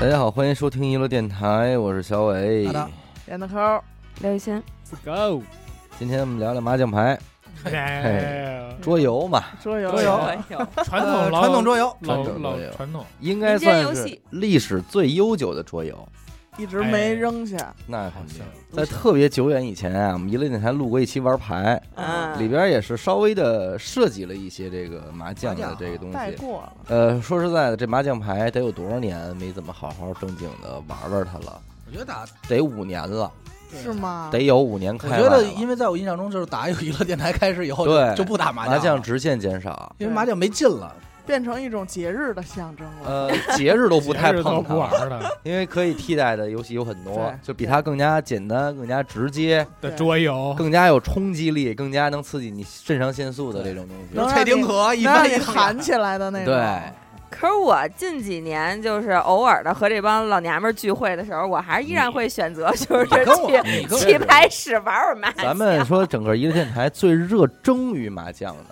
大家好，欢迎收听一路电台，我是小伟。好的点的抠，刘雨呃欣， Go，今天我们聊聊麻将牌、哎桌游嘛，桌游桌游传统呃老传统桌游，老传统桌游老传统，应该算是历史最悠久的桌游。一直哎没扔下，那肯定，在特别久远以前啊，我们一路电台录过一期玩牌，嗯，里边也是稍微的涉及了一些这个麻将的这个东带西。过了，呃，说实在的，这麻将牌得有多少年没怎么好好正经的玩玩它了？我觉得打，得五年了，是吗？得有五年嗯我开觉外得了因为在我印象中，就是打有娱乐电台开始以后，对就就不打麻麻将将了，直线减少，因为麻将没劲了。变成一种节日的象征了。呃，节日都不太节日都碰它不了。玩了因为可以替代的游戏有很多对，就比它更加简单、更加直接、的桌游，更加有冲击力、更加能刺激你肾上腺素的这种东西。能让蔡丁河一能让般你喊起来的那种，对，可是我近几年就是偶尔的和这帮老娘们儿聚会的时候，我还是依然会选择就是你跟我，去你跟棋牌室玩玩麻将。咱们说整个一个电台最热衷于麻将的，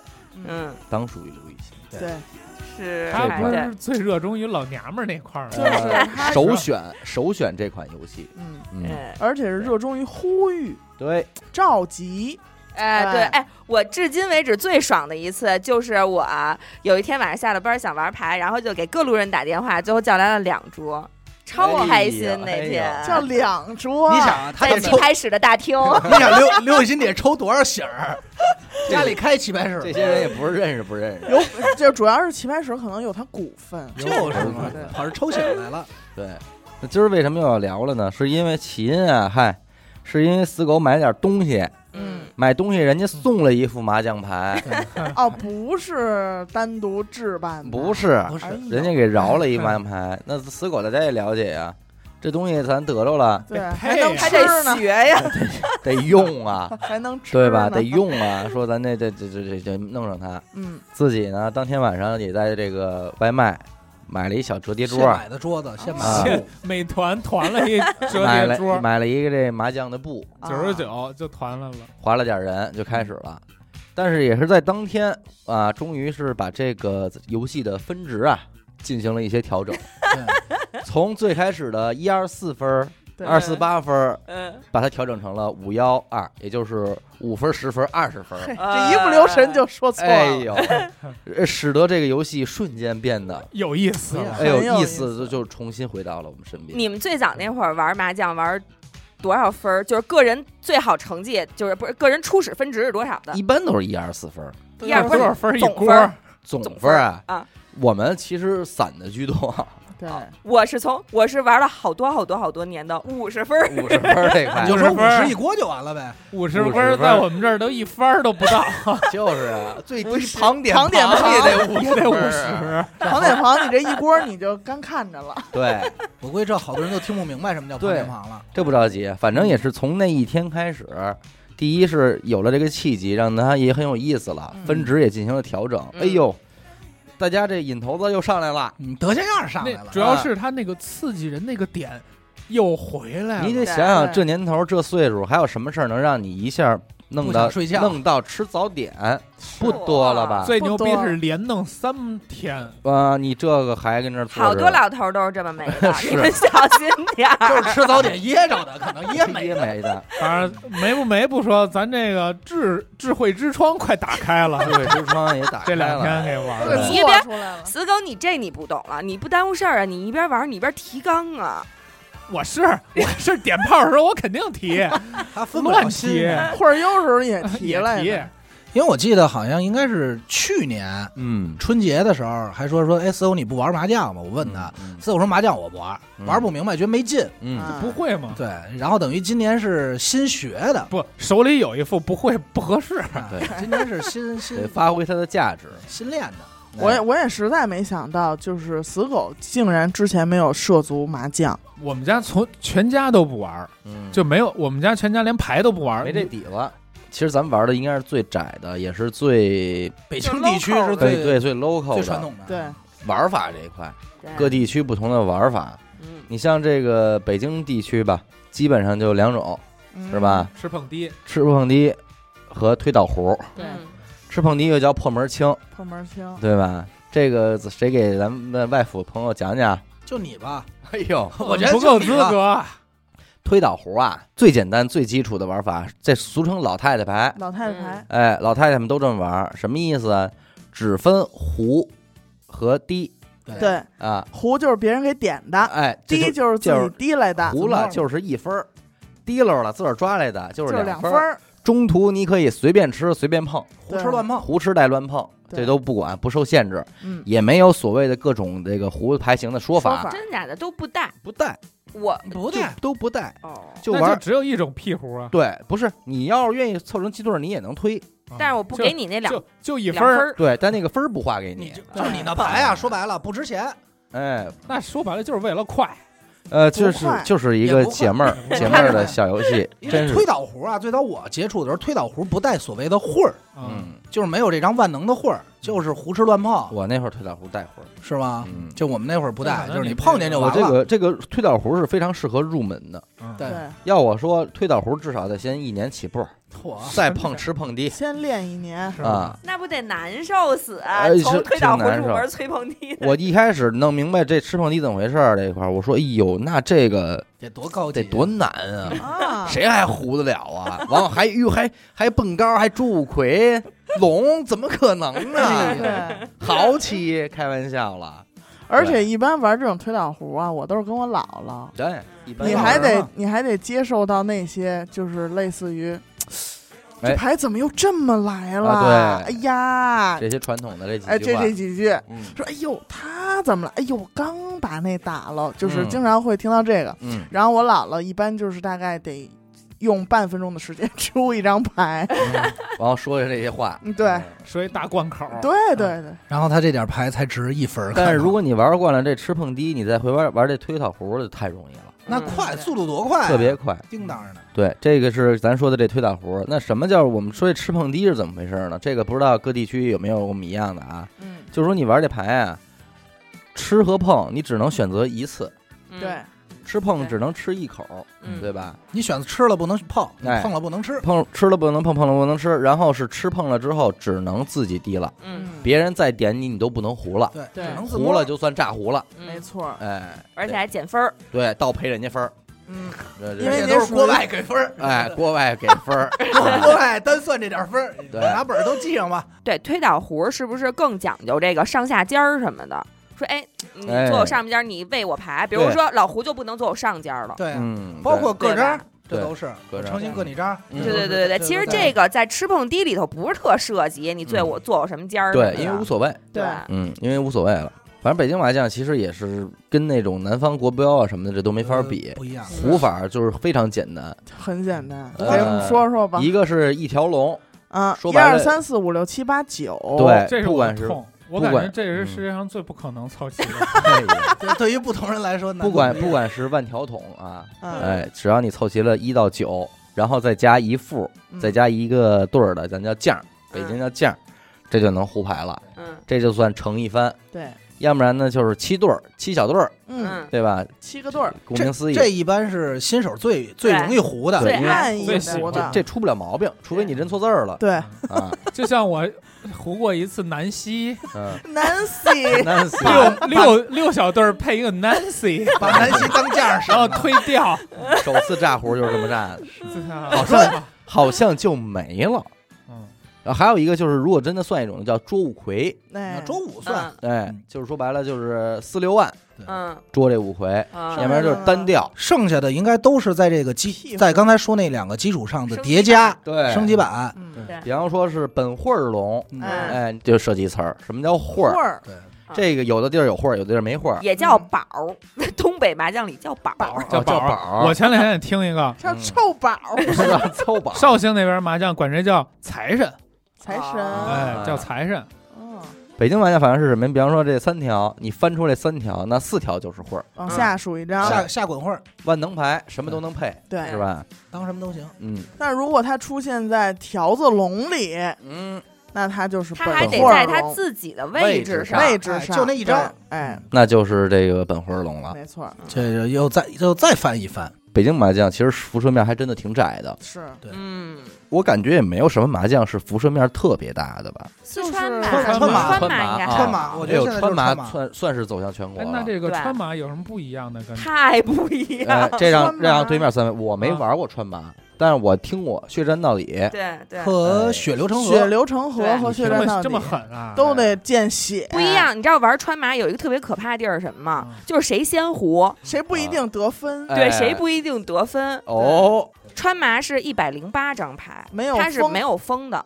嗯当属于卢雨欣，对，是他还不哎对是最热衷于老娘们儿那块儿吗，就是他，呃首选首选这款游戏。嗯，嗯，哎而且是热衷于呼吁、对，召集，哎对哎哎，我至今为止最爽的一次就是我有一天晚上下了班儿想玩牌，然后就给各路人打电话，最后叫来了两桌，超哎开呀心哎那呀天。叫两桌，你想啊他在得棋抽，牌室的大厅， 你想刘刘雨欣得抽多少醒儿？家里开棋牌这室，些人也不是认识不认识。有，就主要是棋牌室可能有他股份，就是嘛对，跑这抽醒儿来了。对，那今儿为什么又要聊了呢？是因为起因啊，嗨，是因为死狗买点东西，嗯，买东西人家送了一副麻将牌，哦，不是单独置办的，不是，不哎是，呦，人家给饶了一麻将 牌，那死狗大家也了解呀、这东西咱得着 了对，得还配能呀还吃得呢，，学 呀，得用啊还能吃，对吧？得，用啊，说咱这这这这这这弄上它。嗯，自己呢，当天晚上也在这个外卖买了一小折叠桌先，买的桌子，先买啊的布，美团团了一折买叠了桌，买了一个这麻将的布，啊九十，九就团了了，划了点人就开始了。嗯但是也是在当天啊，终于是把这个游戏的分值啊进行了一些调整，从最开始的一二四分儿、对二四八分儿，嗯，把它调整成了五幺二，也就是五分、十分、二十分。嘿这一不留神就说错哎了，呦，呃使得这个游戏瞬间变得有意思了。哎呦很有意意思，思就就重新回到了我们身边。你们最早嗯那会儿玩麻将玩多少分儿？就是个人最好成绩，就是不是个人初始分值是多少的？一般都是一二四分儿，一二多少分分儿一总锅分儿儿？总总分分儿儿啊，啊！我们其实散的居多， 对，我是从我是玩了好多好多好多年的五十分儿，五十分儿这块 你就50说五分儿十一锅就完了呗。五十十分分儿儿在我们这儿都一分儿都不到，就是啊，最低不是旁点旁点旁也得五也得五十，啊十。庞点庞，你这一锅你就干看着了，对，我估计这好多人都听不明白什么叫旁边旁了。这不着急，反正也是从那一天开始，第一是有了这个契机，让它也很有意思了，嗯分值也进行了调整。嗯哎呦，大家这瘾头子又上来了，嗯，德行样儿上来那了主。要是他那个刺激人那个点又回来了。你得对想想对这年头这岁数，还有什么事儿能让你一下弄不到想睡觉弄到吃早点？不多了吧？最牛逼不多是连弄三天，啊，你这个还跟这儿坐好多着老头儿都是这么没的 ，是你们小心 点就儿。是啊吃早点噎着的，可能噎噎 没。没的，反正没不没不说，咱这个智智慧之窗快打开了，对，痔疮也打这开两了。天给玩对了。给一做边出来了，死狗，你这你不懂了，你不耽误事儿啊！你一边玩儿你一边提纲啊，我是 我是点炮的时候，我肯定提，他分不乱了心提，，或者有时候也提也来提着，。因为我记得好像应该是去年嗯，春节的时候，还说说，哎，四狗你不玩麻将吗？我问他，嗯，四狗说麻将我不玩，嗯玩不明白，觉得没劲。嗯，啊不会吗？对，然后等于今年是新学 的，不，手里有一副不会不合适。啊对，今年是新新得发挥它的价值。新练的。我也我也实在没想到，就是死狗竟然之前没有涉足麻将，我们家从全家都不玩儿，嗯就没有我们家全家连牌都不玩儿，没这底子。其实咱们玩的应该是最窄的，也是最北京地区是对最对最 local 最的传统哎的，对，玩法这一块，对各地区不同的玩法。嗯你像这个北京地区吧，基本上就两种，嗯是？吧？吃碰滴，吃碰滴和推倒壶。对，嗯吃碰滴又嗯叫破门清，破门清，对吧？这个谁给咱们的外府朋友讲讲？就你吧，哎呦，我觉得不就够你资吧。格。推倒壶啊，最简单最基础的玩法，这俗称老太太牌。老太太牌，哎，老太太们都这么玩儿，什么意思啊？只分壶和滴对，对，啊，胡就是别人给点的，哎，这滴就啊就是自己滴来的，壶了就是一分儿，滴溜了自个儿抓来的就就是是两两分分儿。儿，中途你可以随便吃随便碰，胡吃乱碰，胡吃带乱碰，对这都不管，不受限制，嗯，也没有所谓的各种这个壶牌型的说说法，法真假的都不带嗯不带我不就对，都不带，哦，就玩那儿。就只有一种屁胡啊，对，不是你要是愿意凑成七对儿，你也能推。嗯但是我不给你那两就就一两分儿。儿，对，但那个分儿不划给你你就。就是你那牌啊，说白了不值钱，哎，那说白了就是为了快，呃，不就是快就是一也个不快解闷儿不 解快闷儿的小游戏，因真为是推倒壶啊，最早我接触的时候，推倒壶不带所谓的混儿，嗯，嗯，就是没有这张万能的混儿，就是胡吃乱碰，我那会儿推倒壶带会儿，是吗？嗯，啊就我们那会儿不带，嗯就是你碰见就我完这了。个这个推倒壶是非常适合入门的。对对，要我说，推倒壶至少得先一年起步，嚯，再碰吃碰 滴先练一 年，是吧啊。那不得难受死啊哎！从是推倒壶挺难入受门吹捧地的，我一开始弄明白这吃碰滴怎么回事儿这一块儿，我说，哎呦，那这个得多高级，得多难啊！啊，谁还糊得了啊？完了还哟还还蹦高，还朱魁龙，怎么可能哎呢？对， 豪气，开玩笑了。而且一般玩这种推倒壶啊，我都是跟我姥姥。对，一般你老还人得嘛你还得接受到那些，就是类似于，哎这牌怎么又这么来了？啊哎对呀，这些传统的这几句话，哎，这这几句嗯说，哎呦，他怎么了？哎呦，我刚把那打了，就是嗯经常会听到这个。嗯，然后我姥姥一般就是大概得用半分钟的时间出一张 牌。然嗯后说的这些话，嗯对说一大贯口。对对对，然后他这点牌才值一分儿。但是如果果你玩惯了这吃碰滴，你再回玩玩这推倒壶就太容易了，那快，速度多快啊，特别快。叮当着呢。对，这个是咱说的这推倒壶。那什么叫我们说这吃碰滴是怎么回事呢？这个不知道各地区有没有我们一样的啊？嗯，就是说你玩这牌啊，吃和碰你只能选择一次，嗯对，吃碰对只能吃一口，嗯对吧？你选择吃了不能碰，你哎碰了不能吃，碰吃了不能碰，碰了不能吃，然后是吃碰了之后只能自己滴了，嗯，别人再点你你都不能胡了，对，对只能自摸胡了就算炸胡了，嗯没，错，哎，而且还减分儿，对，倒赔人家分儿，嗯，对对因为这您都是属于国外给分儿，哎，国外给分 儿， 国外单算这点分儿，对嗯拿本儿都记上吧。对，推倒壶是不是更讲究这个上下尖儿什么的？说，哎，你哎坐我上边儿，你喂我牌。比如对说老胡就不能坐我上尖儿了。对，嗯，包括对各章，对这都是各我章诚心各你章。嗯对对对对，其实这这个在吃碰滴里头不是特涉及，你最嗯我坐我什么尖儿什么的？对，因为无所谓，对对嗯，因为无所谓了。反正北京麻将其实也是跟那种南方国标啊什么的，这都没法比。不一样。胡法就是非常简单，很简单。给呃我们说说吧，一个是一条龙，啊，说一白了二三四五六七八九，哦对这是不我管的是痛，我不感管觉这是嗯世界上最不可能凑齐的。 哎 呀对，对于不同人来说，难不管度一不样管是万条筒啊，嗯哎，只要你凑齐了一到九，然后再加一副，嗯嗯再加一个对儿的，咱叫将儿，北京叫将儿，这就能胡牌了，嗯这就算乘一番。对，要不然呢，就是七对儿，七小对儿，嗯，嗯，对吧？七个对儿，顾名思这义，这一般是新手最最容易胡的，对因为按一最喜服欢的，这出不了毛病，除非你认错字儿了对，啊。就像我胡过一次南希，嗯 Nancy，哎，Nancy 六六六小对儿配一个 Nancy，把南希当将使 然了。后推掉，首次炸胡就是这么炸的，好说好像就没了。嗯，然后还有一个就是，如果真的算一种叫捉五魁，哎，周五算，哎，就是说白了就是四六万嗯捉这五魁，嗯要不然就是单调，剩下的应该都是在这个基屁在刚才说那两个基础上的叠加对，升级。版。嗯，比方说是本会儿龙，哎嗯哎哎，就涉及词儿，什么叫会儿？儿，对，这个有的地儿有会儿，有的地儿没会儿。也叫宝儿， 东北麻将里叫宝儿。啊叫宝宝儿。儿我前两天也听一个叫嗯臭宝儿，是吧？凑宝，绍兴那边麻将管这叫财神，财啊神，哎，叫财神，嗯，北京麻将反正是什么？比方说这三条，你翻出来三条，那四条就是会儿。往下数一张，下下滚会儿，万能牌什么都能配，对是。吧？哎当什么都行。嗯但如果它出现在条子笼里，嗯，那它就是他本还得会在儿他笼自己的哦位位置置上上，位置哎上，就那一张嗯对，哎，哎那就是这个本会儿龙了。没错儿，这就又再又再翻一翻，北京麻将其实辐射面还真的挺窄的，是嗯，我感觉也没有什么麻将是辐射面特别大的吧。四川就是马，川麻川马，川麻应该啊川哎马，我觉得现在就是川麻麻，算算是走向全国哎，了。那这个对川麻有什么不一样的感觉？太不一样哎了。这让川麻让对面三位，我没玩过川麻，但是我听过血战到底。对对，和哎血流成血河，流成河和血这战到么底这么狠啊？都得见血，不哎一，样。你知道玩川麻有一个特别可怕的地儿是什么吗嗯？就是谁先胡，谁不一定得分，哎对，谁不一定得分。哦，川麻是一百零八张牌，没有它是风没有封的，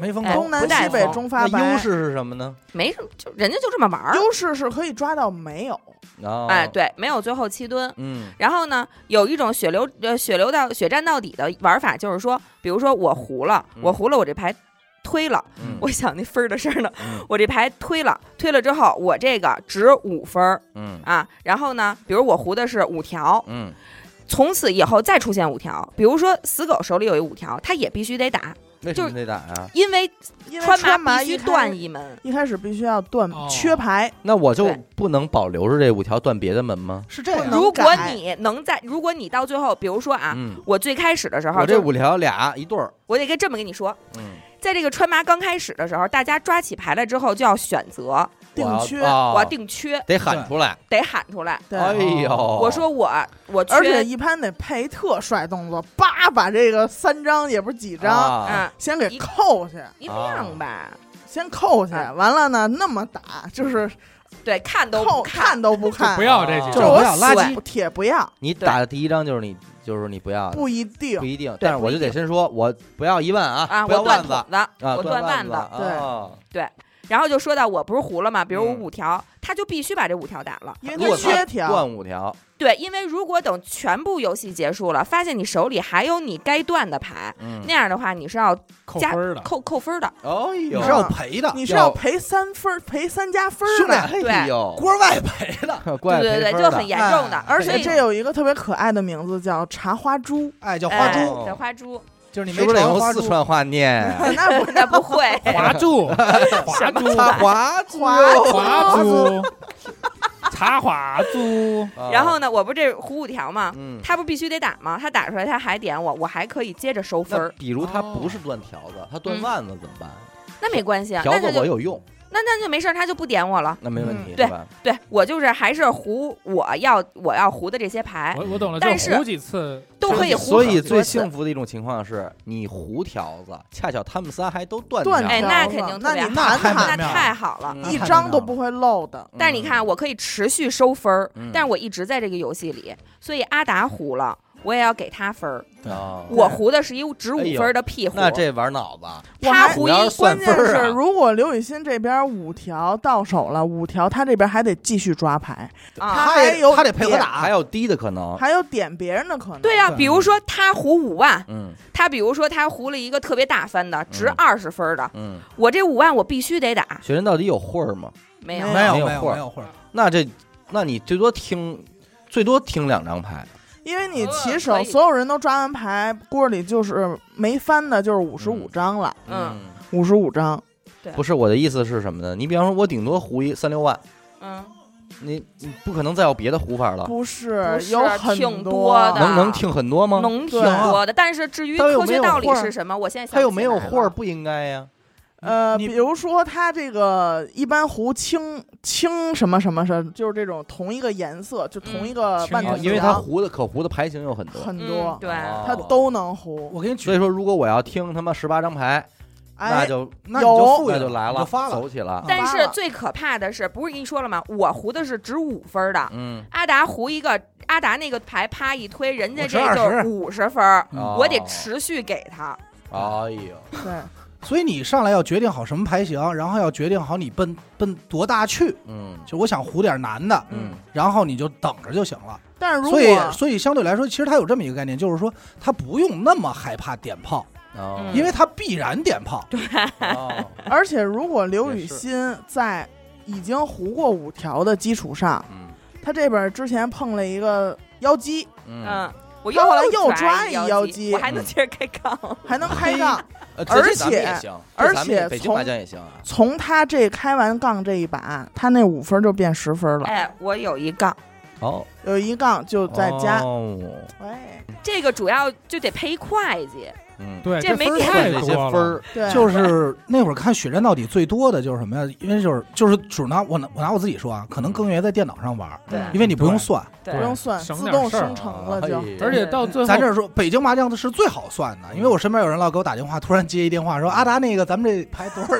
没风哎头东，南不带西北风中发那白优，势是什么呢？没什么，就人家就这么玩儿。优势是可以抓到没有，哦哎，，对，没有最后七蹲。嗯，然后呢，有一种血流呃血流到血战到底的玩法，就是说，比如说我胡了，嗯我胡了，我这牌推了，嗯我想那分儿的事儿呢，嗯我这牌推了，推了之后我这个值五分儿嗯啊。然后呢，比如我胡的是五条，嗯，从此以后再出现五条，比如说死狗手里有一五条，他也必须得打，为什么得打呀？因为因为川麻麻必须一开断一门。一开始必须要断哦缺牌，那我就对不能保留着这五条断别的门吗？是这不样能。如果改你能在，如果你到最后，比如说啊，嗯，我最开始的时候，我这就是五条俩一对儿，我得跟这么跟你说，嗯，在这个川麻刚开始的时候，大家抓起牌来之后就要选择，定我要缺哦我要定缺，得喊出来。得喊出来。对，哎呦，我说我我缺，而且一般得配一特帅动作，叭把这个三张也不是几张，啊，嗯，先给扣下，一样吧，先扣下，啊完了呢那么打，就是对，看都扣不看都不看，不要这啊哦就是几不我要垃圾死铁不要，你打的第一张就是你，就是你不要的，不一定不。一定，但是我就得先说，我不要一万啊，啊，不要我断万子筒啊，子，我断断腕子，子，啊对，然后就说到我不是胡了吗？比如我嗯五条，他就必须把这五条打了。因如为果它他缺条，断五条，对，因为如果等全部游戏结束了，发现你手里还有你该断的牌，嗯啊那，样的话你是要扣分 儿的，扣扣分的。哎呦你，是要赔的，你是要要赔三分儿，赔三加分兄儿弟的。哎呦，锅外赔的，怪对对赔对，分就的很严重的。哎而所且以这有一个特别可爱的名字叫茶花猪， 哎，叫花哎猪，对花猪， 就是你是没不是得尝用花四猪，川话念？ 哎那不那 不会，啊华住，华住，他滑啊花华住，茶华住， 然后呢，我不这胡五条吗？嗯，他不必须得打吗？他打出来他还点我，我还可以接着收分那儿，比如他不是断条子，他断腕子怎么办？那没关系啊，条那子他我就有用，那那就没事儿，他就不点我了。那没问题，嗯对吧？对我就是还是胡我要我要胡的这些牌我我懂了，但就是胡几次都可以胡所以很最多次幸福的一种情况是你胡条子，恰巧他们仨还都断断条哎子 那条肯了定那特别你好谈看谈看那太好了。嗯那一太张重都要了不会漏的。但是你看，我可以持续收分儿嗯，但是我一直在这个游戏里，所以阿达胡了，我也要给他分儿。哦我胡的是一值五哎呦分儿的屁胡，那这玩脑子，啊我他还胡一要是算关分键是，儿啊，如果刘雨欣这边五条到手了，五条他这边还得继续抓牌，啊，他还有也他得配合点打，还有低的可能，还有点别人的可能。对呀、比如说他胡五万，嗯他比如说他胡了一个特别大翻的，值嗯二十分儿的，嗯，我这五万我必须得打，学生到底有会儿吗？没有有，没有没有没有会儿没有会儿，那这，那你最多听，最多听两张牌，因为你呃起可手，以所有人都抓完牌，锅里就是没翻的，就是五十五嗯张了，嗯，五十五张。不是我的意思是什么呢？你比方说，我顶多胡一三六万，嗯，你你不可能再有别的胡法了，不是不是有很挺多多的能能听很多吗？能挺对啊多的。但是至于他有科没学有道理货儿是什么，我现在他想有不没起有来会儿了不应该呀？呃，你比如说它这个一般壶青青什么什么什么，就是这种同一个颜色，就同一个青半啊桶啊，墙，因为他胡的可胡的牌型有很多，很嗯多，，对，哦它都能壶。我给你所以举，说，如果我要听他妈十八张牌，那哎，就那你就富裕那了就来你了，就发了走，起了，但发是了最可怕的是，不是跟你说了吗？我胡的是值五分儿的，嗯，阿达胡一个，阿达那个牌啪一推，人家我值这就是20五十分儿，哦嗯我得，持续给他。哎呦，对，所以你上来要决定好什么牌型，然后要决定好你奔奔多大去，嗯就我想胡点难的，嗯然后你就等着就行了。但是如所以，果所以相对来说，其实他有这么一个概念，就是说他不用那么害怕点炮，哦，因为他必然点炮。哦而且如果刘也雨是欣在已经糊过五条的基础上，嗯他这边之前碰了一个妖姬，嗯，嗯，我他后来又又抓一一妖妖姬，姬我还能接着开杠。还能开杠。呃而这咱们且也行，这而咱们也且北京从麻将也行啊，哎从他这开完杠这一把，他那五分就变十分了。哎，我有一杠，哦，有一杠就在家。哦哎，这个主要就得配一会计，嗯，对，这这没分儿看太这些多了分儿，对，就是那会儿看《血战到底》最多的就是什么呀？因为就是就是只拿我拿我拿我自己说啊，可能更愿意在电脑上玩儿，对因为你不用算。对不用算，省自点动事儿生成了就。哎 而且到最后，咱这儿说北京麻将的是最好算的，因为我身边有人老给我打电话，突然接一电话说阿达那个咱们这牌多少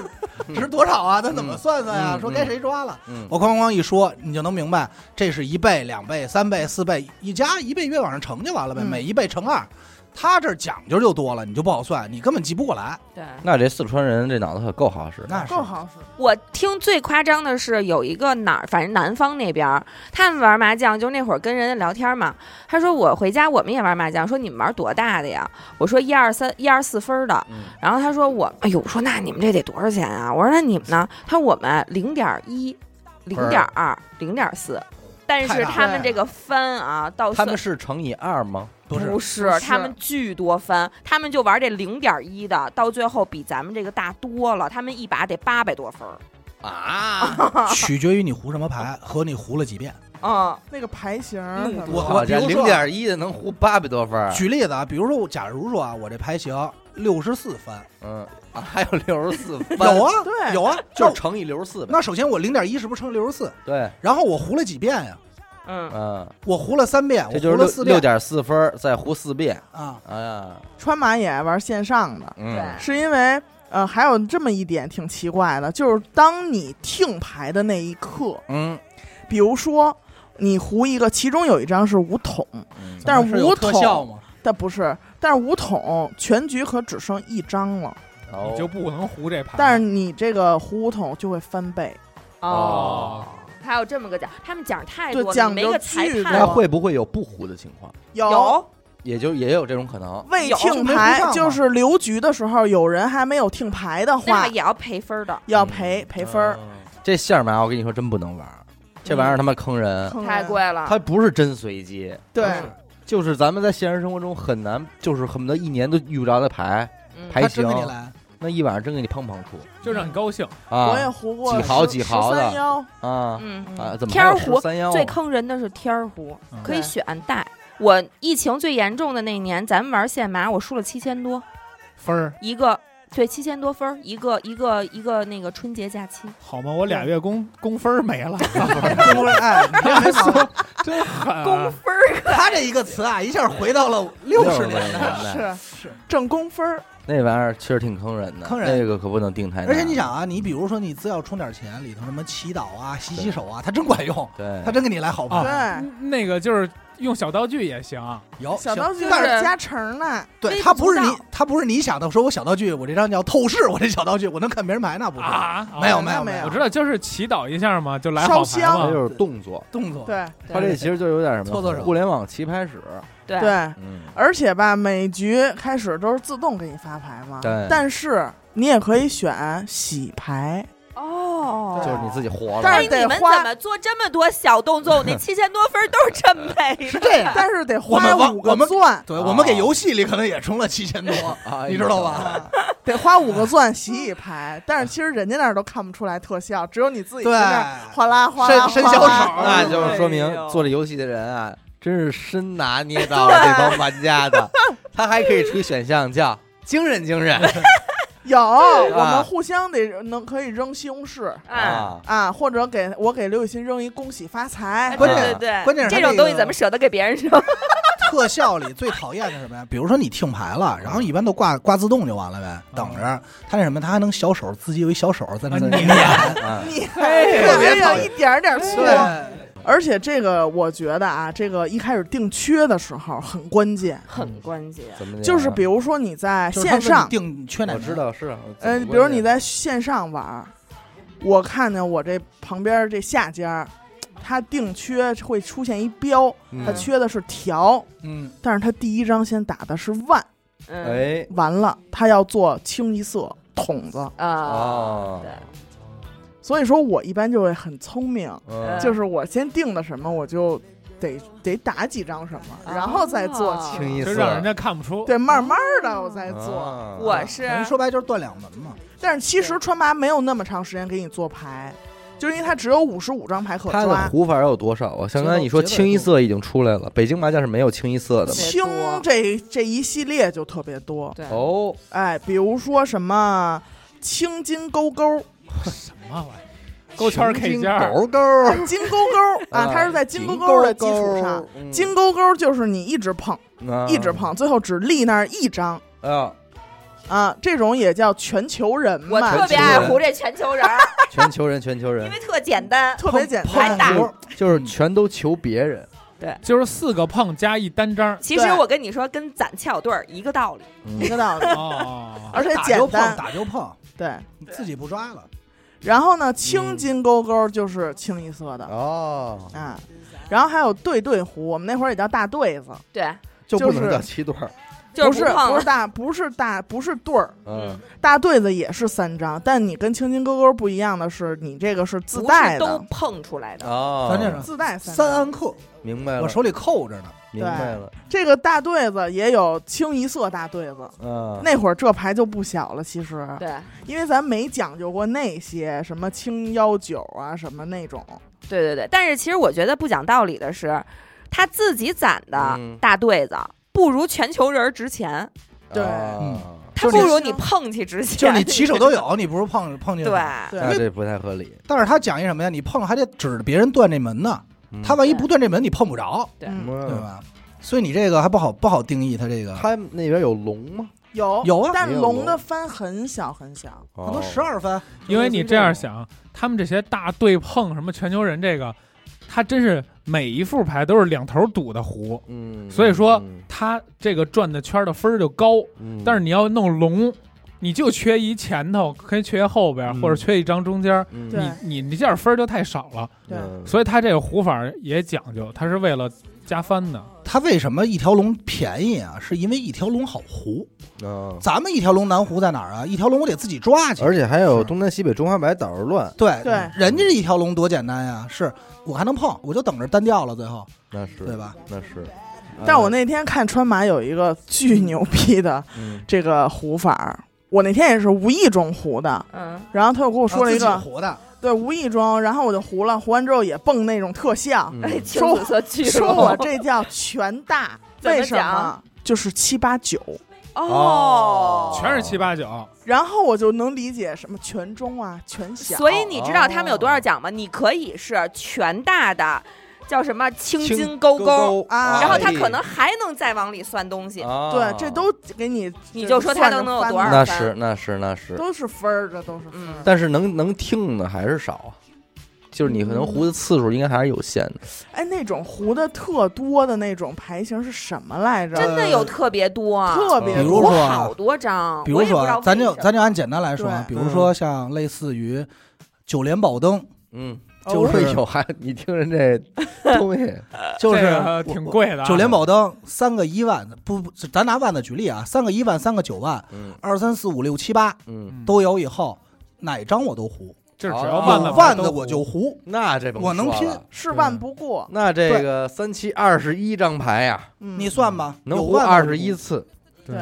值多少啊？咱怎么算算呀？嗯说该谁抓了？嗯，我哐哐一说，你就能明白，这是一倍、两倍、三倍、四倍，一加一倍越往上乘就完了呗，嗯每一倍乘二。他这儿讲究就多了，你就不好算，你根本记不过来。对。那这四川人这脑子可够好使，那是够好使，我听最夸张的是有一个哪儿，反正南方那边儿，他们玩麻将，就那会儿跟人家聊天嘛。他说我回家我们也玩麻将，说你们玩多大的呀？我说一二三一二四分儿的。嗯然后他说我，哎呦，我说那你们这得多少钱啊？我说那你们呢？他说我们零点一、零点二、零点四，但太是大他们了这个翻啊，到他们算是乘以二吗？不是不不是，是他们巨多翻，他们就玩这零点一的，到最后比咱们这个大多了，他们一把得八百多分儿。啊，取决于你胡什么牌和你胡了几遍。嗯，那个牌型儿嗯什么的我好家伙，比零如说啊点一的能胡八百多分哎儿，举例子啊，比如说我，假如说啊，我这牌型六十四分，嗯，啊还有六十四分，有啊，对有啊，就是那乘以六十四呗，那首先我零点一是不是乘六十四？对，然后我胡了几遍呀？嗯，嗯，我胡了三遍，我这就是胡了六四六遍点四分儿，再胡四遍，啊。哎呀，川马也玩线上的，嗯，是因为呃，还有这么一点挺奇怪的，就是当你听牌的那一刻，嗯，比如说你胡一个，其中有一张是五筒，嗯但是咱们有五特效筒，吗？但不是，但是五筒全局可只剩一张了，哦你就不能胡这牌。但是你这个胡五筒就会翻倍，哦哦，还有这么个奖，他们奖太对多了，奖你没究个裁巨判那多会不会有不胡的情况？有有也就也有这种可能，未有听就没胡牌上，就是留局的时候，有人还没有听牌的那话，也要赔分的，要赔赔分儿，嗯。这线麻，我跟你说，真不能玩儿，这玩意儿他妈坑人，坑人嗯太贵了它。不是真随机，对嗯，就是咱们在现实生活中很难，就是恨不得一年都遇不着的牌，嗯还他真给你行来， 那一晚上真给你碰碰出就让你高兴，我也啊胡过几毫几毫的三幺，啊嗯，啊！嗯怎么天还有儿胡三幺？啊最坑人的是天儿胡，嗯可以对选带。我疫情最严重的那年，咱们玩现麻，我输了七千多分儿一个，对，七千多分儿一个一个一个那个春节假期。好吗？我俩月工工分儿没了，不是哎，你这还好真狠啊。分儿 他这一个词啊，一下回到了六十年代。代，是是挣工分儿，那玩意儿确实挺坑人的，坑人那个可不能定太大。而且你，想啊，你比如说你只要充点钱，里头什么祈祷啊、洗洗手啊，他真管用，对他，真给你来好啊牌。对，嗯那个就是用小道具也行，有小道具但是加成呢，对微他不不是足你道，他不是你想的，说我小道具，我这张叫透视，我这小道具我能看别人牌，那不是啊没有那没有没有有我知道，就是祈祷一下嘛，就来好烧牌香它嘛。就是动作，动作，对它这其实就有点什么搓搓手互联网棋牌室，对对。嗯，而且吧，每局开始都是自动给你发牌嘛对，但是你也可以选洗牌，哦，就是你自己活但哎，了是你得们花怎么做这么多小动作？我那七千多分儿都是真赔的。这样。但 是得我们花往五我个们 钻，对，啊我们给游戏里可能也充了七千多， 啊，你知道吧？啊得花五个钻洗一牌。但是其实人家那儿都看不出来特效，只有你自己在对那儿哗啦哗啦伸哗伸小啦手 那啊就是说明哎呦做这游戏的人啊，真是深拿捏 到了这帮玩家的。他还可以出一选项叫“精神精 神有，我啊们互相得能可以扔西红柿”嗯，啊，啊，或者给我给刘雨欣扔一恭喜发财哎，关对键对对，关键是这他种这东西个怎么舍得给别人扔？特效里最讨厌的是什么呀？比如说你听牌了，然后一般都挂挂自动就完了呗，等着他那什么，他还能小手自己有一小手在那啊在那你撵，啊你哎特别讨要厌一点儿点儿搓。对，而且这个我觉得啊，这个一开始定缺的时候很关键，很关键。怎么讲啊就是比如说你在就是他线问你上，定缺哪？我知，道是啊，呃，比如你在线上玩儿，我看见我这旁边这下家儿，他定缺会出现一标，他，他缺的是条，嗯，但是他第一张先打的是万，嗯哎完了他要做清一色筒子，啊哦，对，所以说我一般就会很聪明，嗯呃就是我先定的什么我就得得打几张什么，然后再做哦清清一就色，让人家看不出。对，慢慢的我再做。啊我是人说白就是断两门嘛，但是其实川麻没有那么长时间给你做牌，就是因为它只有五十五张牌可他的抓。胡法有多少啊？像刚才你说觉得清一色已经出来了，北京麻将是没有清一色的特嘛？别清多这这一系列就特别多，对，哦，哎，比如说什么青金勾勾、什么玩意儿？勾圈儿 K 尖儿，狗狗金勾勾啊，它是在金勾勾的基础上，，嗯金勾勾就是你一直碰，啊一直碰，最后只立那儿一张啊，啊，这种也叫全球人我嘛特，别爱胡这全球人儿，全球人，全球因人为，特简单。特别简还单。打。就是就是全都求别人，就是四个碰加一单张其实我跟你说，跟攒撬对儿一个道理。嗯一个道理，哦，而且打就简碰，单。打就碰，对，你自己不抓了。然后呢，青金勾勾就是清一色的哦，啊，然后还有对对胡，我们那会儿也叫大对子，对，就不能就是叫七对儿，就不是碰不了是。大不是大不是对儿，嗯，大对子也是三张，但你跟青金勾勾不一样的是，你这个是自不是带都的，碰出嗯来的，哦，咱这是自带三张。安克，明白了，我手里扣着 呢。明白了，这个大对子也有清一色大对子，嗯，那会儿这牌就不小了，其实，对因为咱没讲究过那些什么清幺九啊什么那种，对对对。但是其实我觉得不讲道理的是，他自己攒的嗯大对子不如全球人儿值钱，对嗯啊就他是不你如你碰去值钱，就是你起手都有，你不是碰碰见 啊对。对那这不太合理，但是他讲一什么呀？你碰了还得指着别人断这门呢，嗯他万一对不断这门，你碰不着，对嗯，对嗯，吧？所以你这个还不好不好定义他这个，他那边有龙吗？有有啊但也有龙的翻很小很小，可可能十，二分，因为你这样想，他们这些大对碰什么全球人这个，他真是每一副牌都是两头堵的胡，嗯，所以说嗯，他这个转的圈儿的分儿就高。嗯但是，你要弄龙，你就缺一前头，可以缺一后边儿，嗯或者缺一张中间儿。嗯对你你这样分儿就太少了，对嗯所以他这个胡法儿也讲究，他是为了加番的。他为什么一条龙便宜啊？是因为一条龙好胡，嗯，咱们一条龙难胡在哪儿啊？一条龙我得自己抓去。而且还有是东南西北中华白倒是乱，对对人家这一条龙多简单呀，是我还能碰，我就等着单调了，最后那是对？吧？那是，但我那天看川马有一个巨牛逼的嗯这个胡法儿，我那天也是无意中胡的，嗯，然后他又给我说了一啊个自己，胡的，对，无意中，然后我就胡了，胡完之后也蹦那种特效，嗯哎，青说紫色哦巨龙说我这叫全大， 怎么为什么讲？就是七八九，哦哦，全是七八九，然后我就能理解什么全中啊、全小，所以你知道他们有多少奖吗？你可以是全大的，叫什么青青哎金勾勾，啊然后他可能还能再往里算东西，啊对，这都给你，哦你就说他算着都能有翻多少的那分是那是那是，都是分儿，这都是分嗯儿。但是能能听的还是少啊，就是你可能胡的次数应该还是有限的，哎，那种胡的特多的那种牌型是什么来着？真的有特别多，特别比如我多，说啊好多张，比如说我也不知道啊，为咱就什么咱就按简单来说啊，比对如说像类似于九连宝灯，嗯，就哦是有还你听人 这东 西，就这是个挺贵的啊。九连宝灯三个一万，不不，咱拿万的举例啊，三个一万，三个九万，嗯二三四五六七八嗯，嗯都有以后，哪张我都胡，就是只哦要万万的的有万的我就胡，那这甭我能说拼了是万不过。那这个三七二十一张牌呀，嗯你算吧，能有胡万的二十一次，对，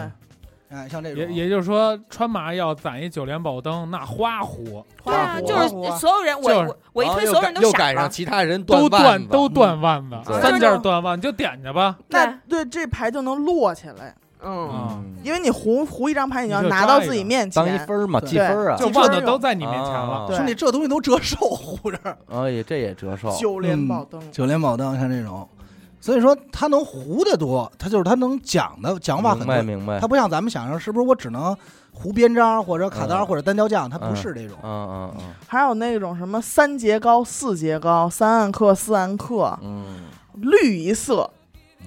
哎，像这也种也就是说，川麻要攒一九连宝灯，那花胡对啊，花就火是所有人，我就是我我一然后哦推，又所有赶人都又傻赶了上。其他人都断断都断万的，对三件断万，你就点去吧。啊那对这牌就能摞起来，嗯，嗯，因为你胡胡一张牌，你要你就拿抓到一自己张面当一前。分儿嘛，对积分儿啊就，万的都在你面前了。啊兄弟，这东西都折寿胡着。哎呀，这也折寿，九连宝灯，九连宝灯像这种，所以说他能胡的多，他就是他能讲的讲法很明白多，明白他，不像咱们想象是不是我只能胡边章或者卡嗯单或者单雕匠，他嗯不是这种嗯，嗯嗯还有那种什么三节高、四节高、三暗克、四暗克，嗯绿一色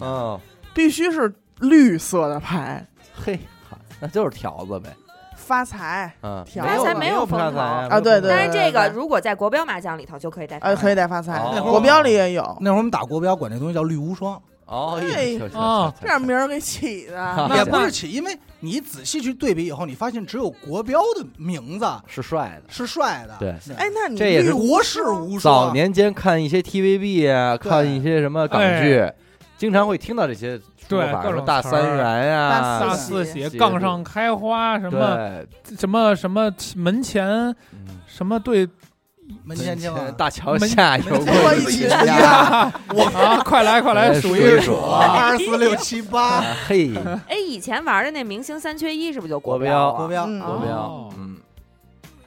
嗯，哦必须是绿色的牌，嘿，好那就是条子呗，发财嗯，条刚才子没有风发财头哎啊对对哎但是这个对如果在国标麻将里头就可以带牌，呃，可以带发财哦，那会儿国标里也有，那会儿我们打国标管这东西叫绿无双，哦，哎呦哦这名儿给起的，那也不是起，因为你仔细去对比以后，你发现只有国标的名字是帅的，是帅的，对。哎，那你这也是绿国士无啊双。早年间看一些 TVB 啊，对看一些什么港剧，经常会听到这些说哎对法，各什种么大词三儿元呀、大大四四喜喜杠上开花，什么对，什么什么门前嗯什么对门前清啊，大桥下有跟我一棍起子去呀呀，我啊，快来快来哎数数一数数，二四六七八， 啊嘿，哎，以前玩的那明星三缺一是不是就国标标国啊？标嗯国标哦，嗯，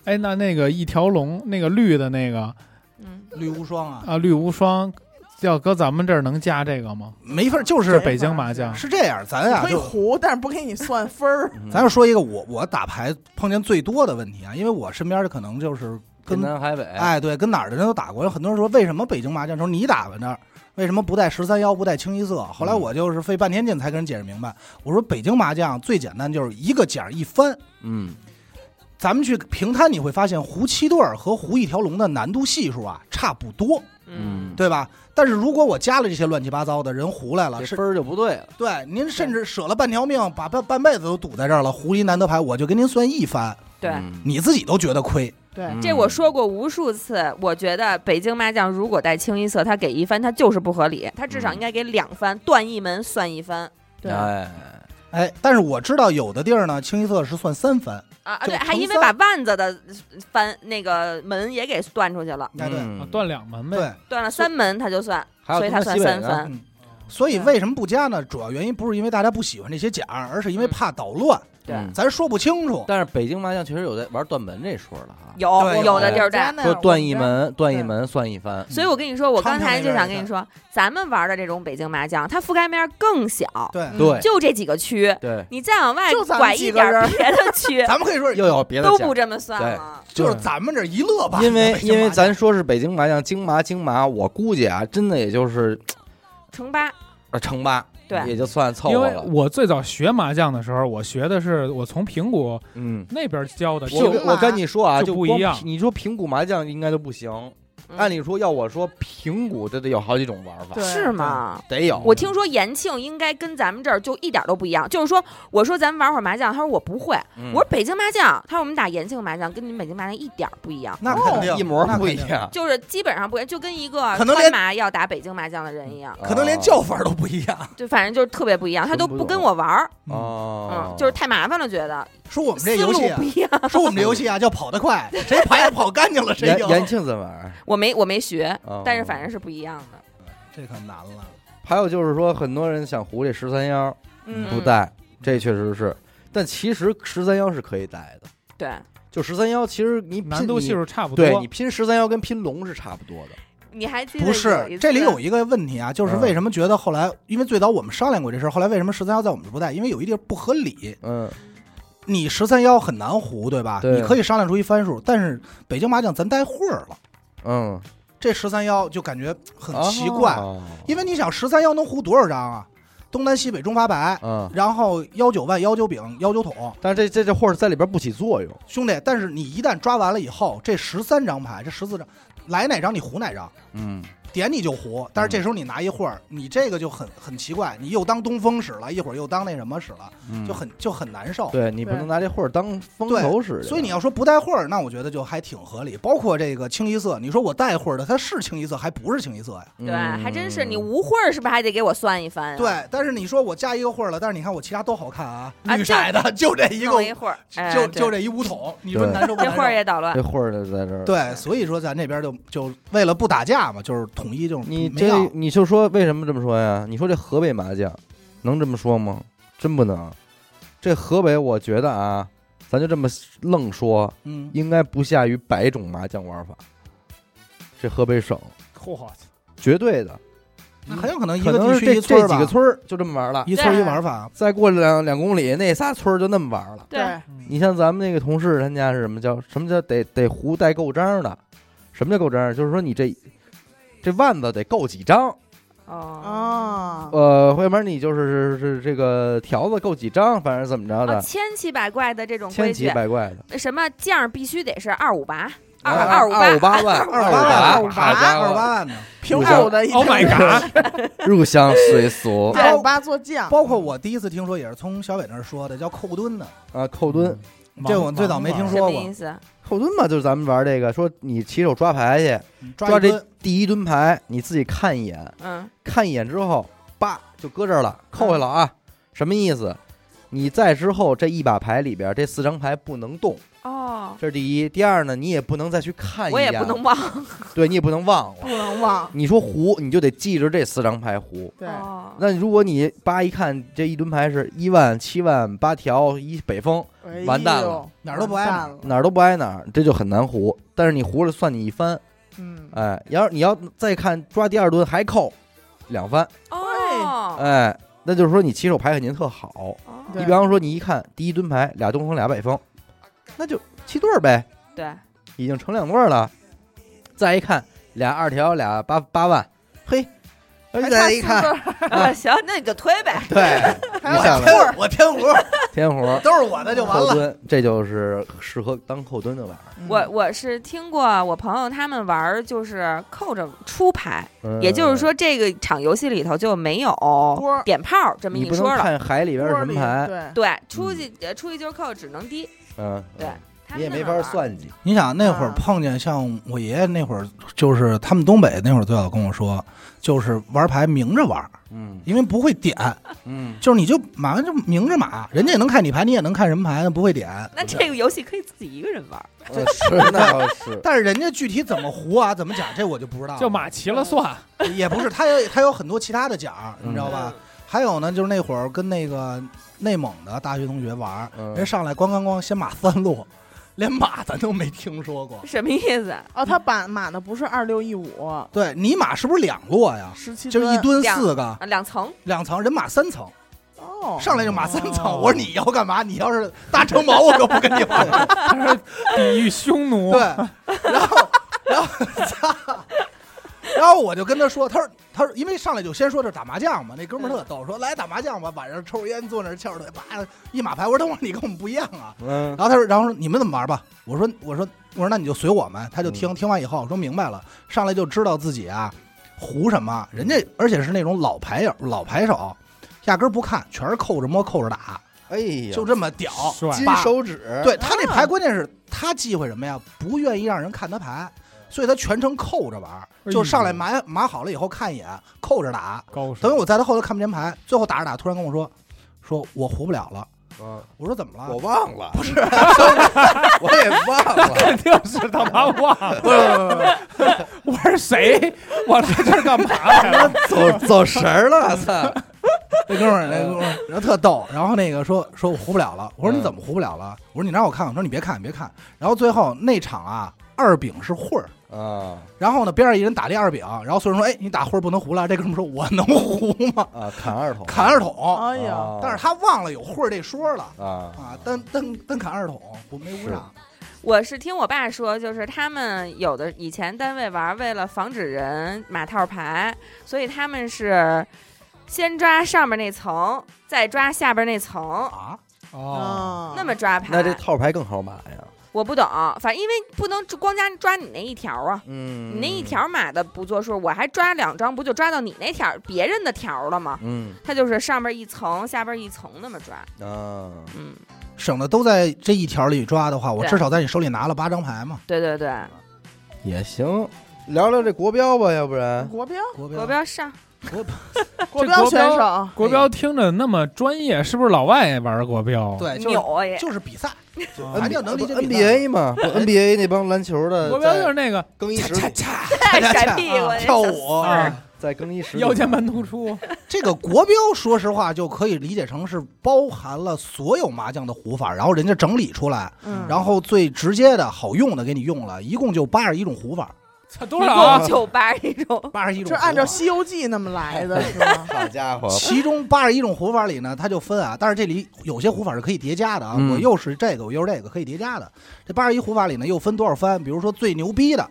哎，那那个一条龙那个绿的那个嗯，绿无双啊，啊，绿无双，要搁咱们这儿能加这个吗？没法儿，就是是北京麻将，是这样，咱呀可以就胡，但是不给你算分儿。嗯咱就说一个我我打牌碰见最多的问题啊，因为我身边的可能就是天跟南海北，哎对跟哪儿的人都打过，有很多人说为什么北京麻将说你打吧那儿。为什么不带十三幺，不带清一色？后来嗯我就是费半天劲才跟人解释明白。我说北京麻将最简单，就是一个点儿一翻。嗯，咱们去平摊，你会发现胡七对儿和胡一条龙的难度系数啊差不多，嗯，对吧？但是如果我加了这些乱七八糟的人胡来了，这是分儿就不对了，对您甚至舍了半条命，把半半辈子都堵在这儿了，胡一难得牌，我就给您算一番，对。嗯你自己都觉得亏。对，嗯这我说过无数次，我觉得北京麻将如果带清一色，他给一分，他就是不合理，他至少应该给两分，断一门算一分对哎，哎，但是我知道有的地儿呢，清一色是算三番，啊啊！就对，还乘因为三把腕子的翻那个门也给断出去了，哎对、嗯啊，断两门呗。对，断了三门他就算，还有所以他东算西北啊三呢分。嗯。所啊以为什么不加呢？主要原因不是因为大家不喜欢这些奖，而是因为怕捣乱，对，嗯咱说不清楚。但是北京麻将确实有在玩断门这说了哈，有对有的地儿我家带。那说样断一，门，断一对门算一番，所以我跟你说，我刚才就想跟昌平那边你也说，咱们玩的这种北京麻将，它覆盖面更小，对，嗯对就这几个区，对，你再往外就咱们拐一几个点人儿别的区咱们可以说又有别的都奖不这么算了。就是咱们这一乐吧，因为北京因为麻将咱说是北京麻将京麻京麻，我估计啊，真的也就是乘八，呃乘八，对也就算凑因合为了。我最早学麻将的时候，我学的是我从平谷嗯，那边教的，我就跟我跟你说啊，就就不光一样你说平谷麻将应该都不行，嗯按理说要我说平谷这得有好几种玩法对，是吗？得有。我听说延庆应该跟咱们这儿就一点都不一样，就是说，我说咱们玩会儿麻将，他说我不会，嗯我说北京麻将，他说我们打延庆麻将，跟你们北京麻将一点儿不一样，那肯定、一模那不一肯定，样，就是基本上不一样，就跟一个可能川连麻要打北京麻将的人一样，可能连哦叫法都不一样。就反正就是特别不一样，他都真不不跟懂我玩儿，哦嗯，，就是太麻烦了，觉得说我们这思游路戏啊不，一样， 说我们这游戏啊叫跑 得快，谁牌跑干净了谁延赢。延庆怎么玩？我没我没学，哦 但是反正是不一样的，这可难了。还有就是说，很多人想胡这十三幺嗯不带，这确实是，但其实十三幺是可以带的。对，就十三幺，其实你拼难度系你数差不多。对 你拼十三幺跟拼龙是差不多的。你还记得不有一是，次这里有一个问题啊，就是嗯为什么觉得后来，因为最早我们商量过这事儿，后来为什么十三幺在我们这不带？因为有一地儿不合理，嗯，你十三幺很难胡，对吧？对你可以商量出一番数，但是北京麻将咱待会儿了，嗯，这十三幺就感觉很奇怪，哦因为你想十三幺能胡多少张啊？东南西北中发白，嗯，然后幺九万、幺九饼、幺九筒，但是这这这货儿在里边不起作用，兄弟，但是你一旦抓完了以后，这十三张牌，这十四张，来哪张你胡哪张，嗯，点你就胡。但是这时候你拿一会儿，你这个就很很奇怪，你又当东风使了，一会儿又当那什么使了，嗯嗯就很就很难受。对你不能拿这货儿当风头使，所以你要说不带会儿，那我觉得就还挺合理。包括这个清一色，你说我带会儿的，它是清一色还不是清一色呀？对对，还真是嗯你无会儿是不是还得给我算一哎番、啊？嗯对，但是你说我加一个会儿了，但是你看我其他都好看啊，啊绿色 的就这一个弄，一会儿，哎、就对就这一五桶，你说对难受不这难会儿受？也捣乱。这货儿就在这儿。对，所以说咱这边就就为了不打架嘛，就是统一这种你没这要你就说为什么这么说呀？你说这河北麻将能这么说吗？真不能。这河北，我觉得啊，咱就这么愣说，嗯，应该不下于百种麻将玩法。这河北省嚯，绝对的，那很有可能一可个能地是区这一村这儿几吧，个村儿就这么玩了，一村儿一玩法。再过两两公里那仨村儿就那么玩了。对，对，你像咱们那个同事，他家是什么叫什么叫得得胡带够章的？什么叫够章？就是说你这这腕子得够几张，哦。啊，呃，要不然你就是是这个条子够几张，反正怎么着哦，的，千奇百怪的这种千规奇矩，百怪的。什么酱必须得是二五八，二啊二五二五八，八万，二五八，二五五八，八，家二伙八万呢。平五香手的一 Oh my god！入乡随俗对二五八做啊酱，包括我第一次听说，也是从小伟那儿说的，叫扣墩呢。啊，扣嗯蹲，这我最早没听什说么过意思？扣蹲嘛，就是咱们玩这个，说你起手抓牌去，抓嗯一这吨，第一蹲牌，你自己看一眼，嗯，看一眼之后，叭就搁这儿了，扣下了啊，什么意思？你在之后这一把牌里边这四张牌不能动，哦，哦，这是第一。第二呢，你也不能再去看一我也眼，不能忘。对你也不能忘不了。能忘。你说胡，你就得记着这四张牌胡。对，哦那如果你叭一看这一吨牌是一万、七万、八条、一北风，哎呦完蛋了，哪儿都不挨完蛋了。哪儿都不挨哪儿，这就很难胡。但是你胡了算你一番，嗯，哎，要是你要再看抓第二吨还扣两番，哦，哎，那就是说你起手牌肯定特好。哦你对比方说，你一看第一吨牌俩东风俩北风，那就七对儿呗，对，已经成两对儿了。再一看俩二条俩八八万，嘿，哎再一 看，啊行，那你就推呗。对，还你有下我来天，我天胡，天胡儿都是我的就完后了。蹲，这就是适合当后蹲的玩意儿。 我我是听过我朋友他们玩儿，就是扣着出牌，嗯也就是，说这个场游戏里头就没有儿点炮儿这嗯么你一不能说了。看海里边是锅什里么牌，对，对，出去呃出去就是扣，只能低。嗯，对嗯，他你也们没那么法玩儿。算 计。你想那嗯会儿啊碰见像我爷爷那会儿，就是他们东北那会儿最早跟我说，就是玩牌明着玩， 嗯因为不会点，嗯，就是你就马上就明着马，人家也能看你牌，你也能看什么牌，不会点。 那这个游戏可以自己一个人玩儿，呃是那倒是，但是人家具体怎么胡啊，怎么讲，这我就不知道了。就马齐了算，也不是，他有他有很多其他的奖，嗯你知道吧？还有呢，就是那会儿跟那个内蒙的大学同学玩，嗯 人上来咣咣咣先马三路，连马咱都没听说过。什么意思？啊哦，他把码的不是二六一五，对你马是不是两摞呀？十七就是一吨吨四个，啊，两层两层人马三层，哦，上来就马三层。哦我说你要干嘛？你要是大城堡，我可不跟你玩了。他是抵御匈奴。对，然后然后操，然后我就跟他说，他说他说，因为上来就先说这打麻将嘛，那哥们儿特逗，说来打麻将吧，晚上抽着烟坐那儿翘着腿，叭一马牌，我说等会儿你跟我们不一样啊。嗯然后他说，然后说你们怎么玩吧？我说我说我说那你就随我们，他就听听完以后我说明白了，上来就知道自己啊胡什么，人家而且是那种老牌友老牌手。压根儿不看，全是扣着摸、扣着打，哎呀，就这么屌。帅，金把手指，对他那啊牌，关键是他忌讳什么呀？不愿意让人看他牌，所以他全程扣着玩儿，呦就上来码码好了以后看一眼，扣着打。高手。等于我在他后头看不见牌，最后打着打，突然跟我说：“说我胡不了了。嗯”我说：“怎么我了忘了，不是， 我也忘了。 肯定是他妈忘了， 我是谁？我来这儿干嘛来了？ 走走神儿了，操！？”那哥们儿，那哥们儿，然后特逗。然后那个说说我胡不了了。我说：“嗯你怎么胡不了了？”我说：“你让我看看。”我说：“你别看，别看。”然后最后那场啊，二饼是混儿。啊然后呢，边上一人打了一二饼，然后所以说：“哎，你打混儿不能胡了。”这哥们儿说：“我能胡吗？啊，砍二筒，砍二筒。”哎呀，啊哦但是他忘了有会儿这说了啊，啊，单单单砍二筒，我没误上。我是听我爸说，就是他们有的以前单位玩儿，为了防止人马套牌，所以他们是先抓上边那层，再抓下边那层，啊，哦，啊那么抓牌。那这套牌更好买啊呀。我不懂，反正因为不能只光加抓你那一条啊。嗯你那一，条码的不作数，我还抓两张，不就抓到你那条别人的条了吗？嗯它就是上边一层，下边一层那么抓。啊，嗯，省得都在这一条里抓的话，我对至少在你手里拿了八张牌嘛。对对对，啊也行。聊聊这国标吧，要不然国标国国标上国这标国选标手，国标听着那么专业，是不是老外也玩国 标？对，哎就是扭啊也。就是比赛，啊，咱就能理解比赛 NBA 嘛 不，NBA 那帮篮球的国标就是那个更衣室恰恰太恰闪 恰避我啊跳这哎小舞。啊，在更衣室里腰间盘突出，这个国标，说实话就可以理解成是包含了所有麻将的胡法，然后人家整理出来，嗯，然后最直接的好用的给你用了，一共就八十一种胡法，操多少啊一共？就八一 种。八十一种胡这法。按照《西游记》那么来的是吧？好家伙，其中八十一种胡法里呢，它就分啊，但是这里有些胡法是可以叠加的啊，嗯我又是这个，我又是这个，可以叠加的。这八十一胡法里呢，又分多少番？比如说最牛逼的，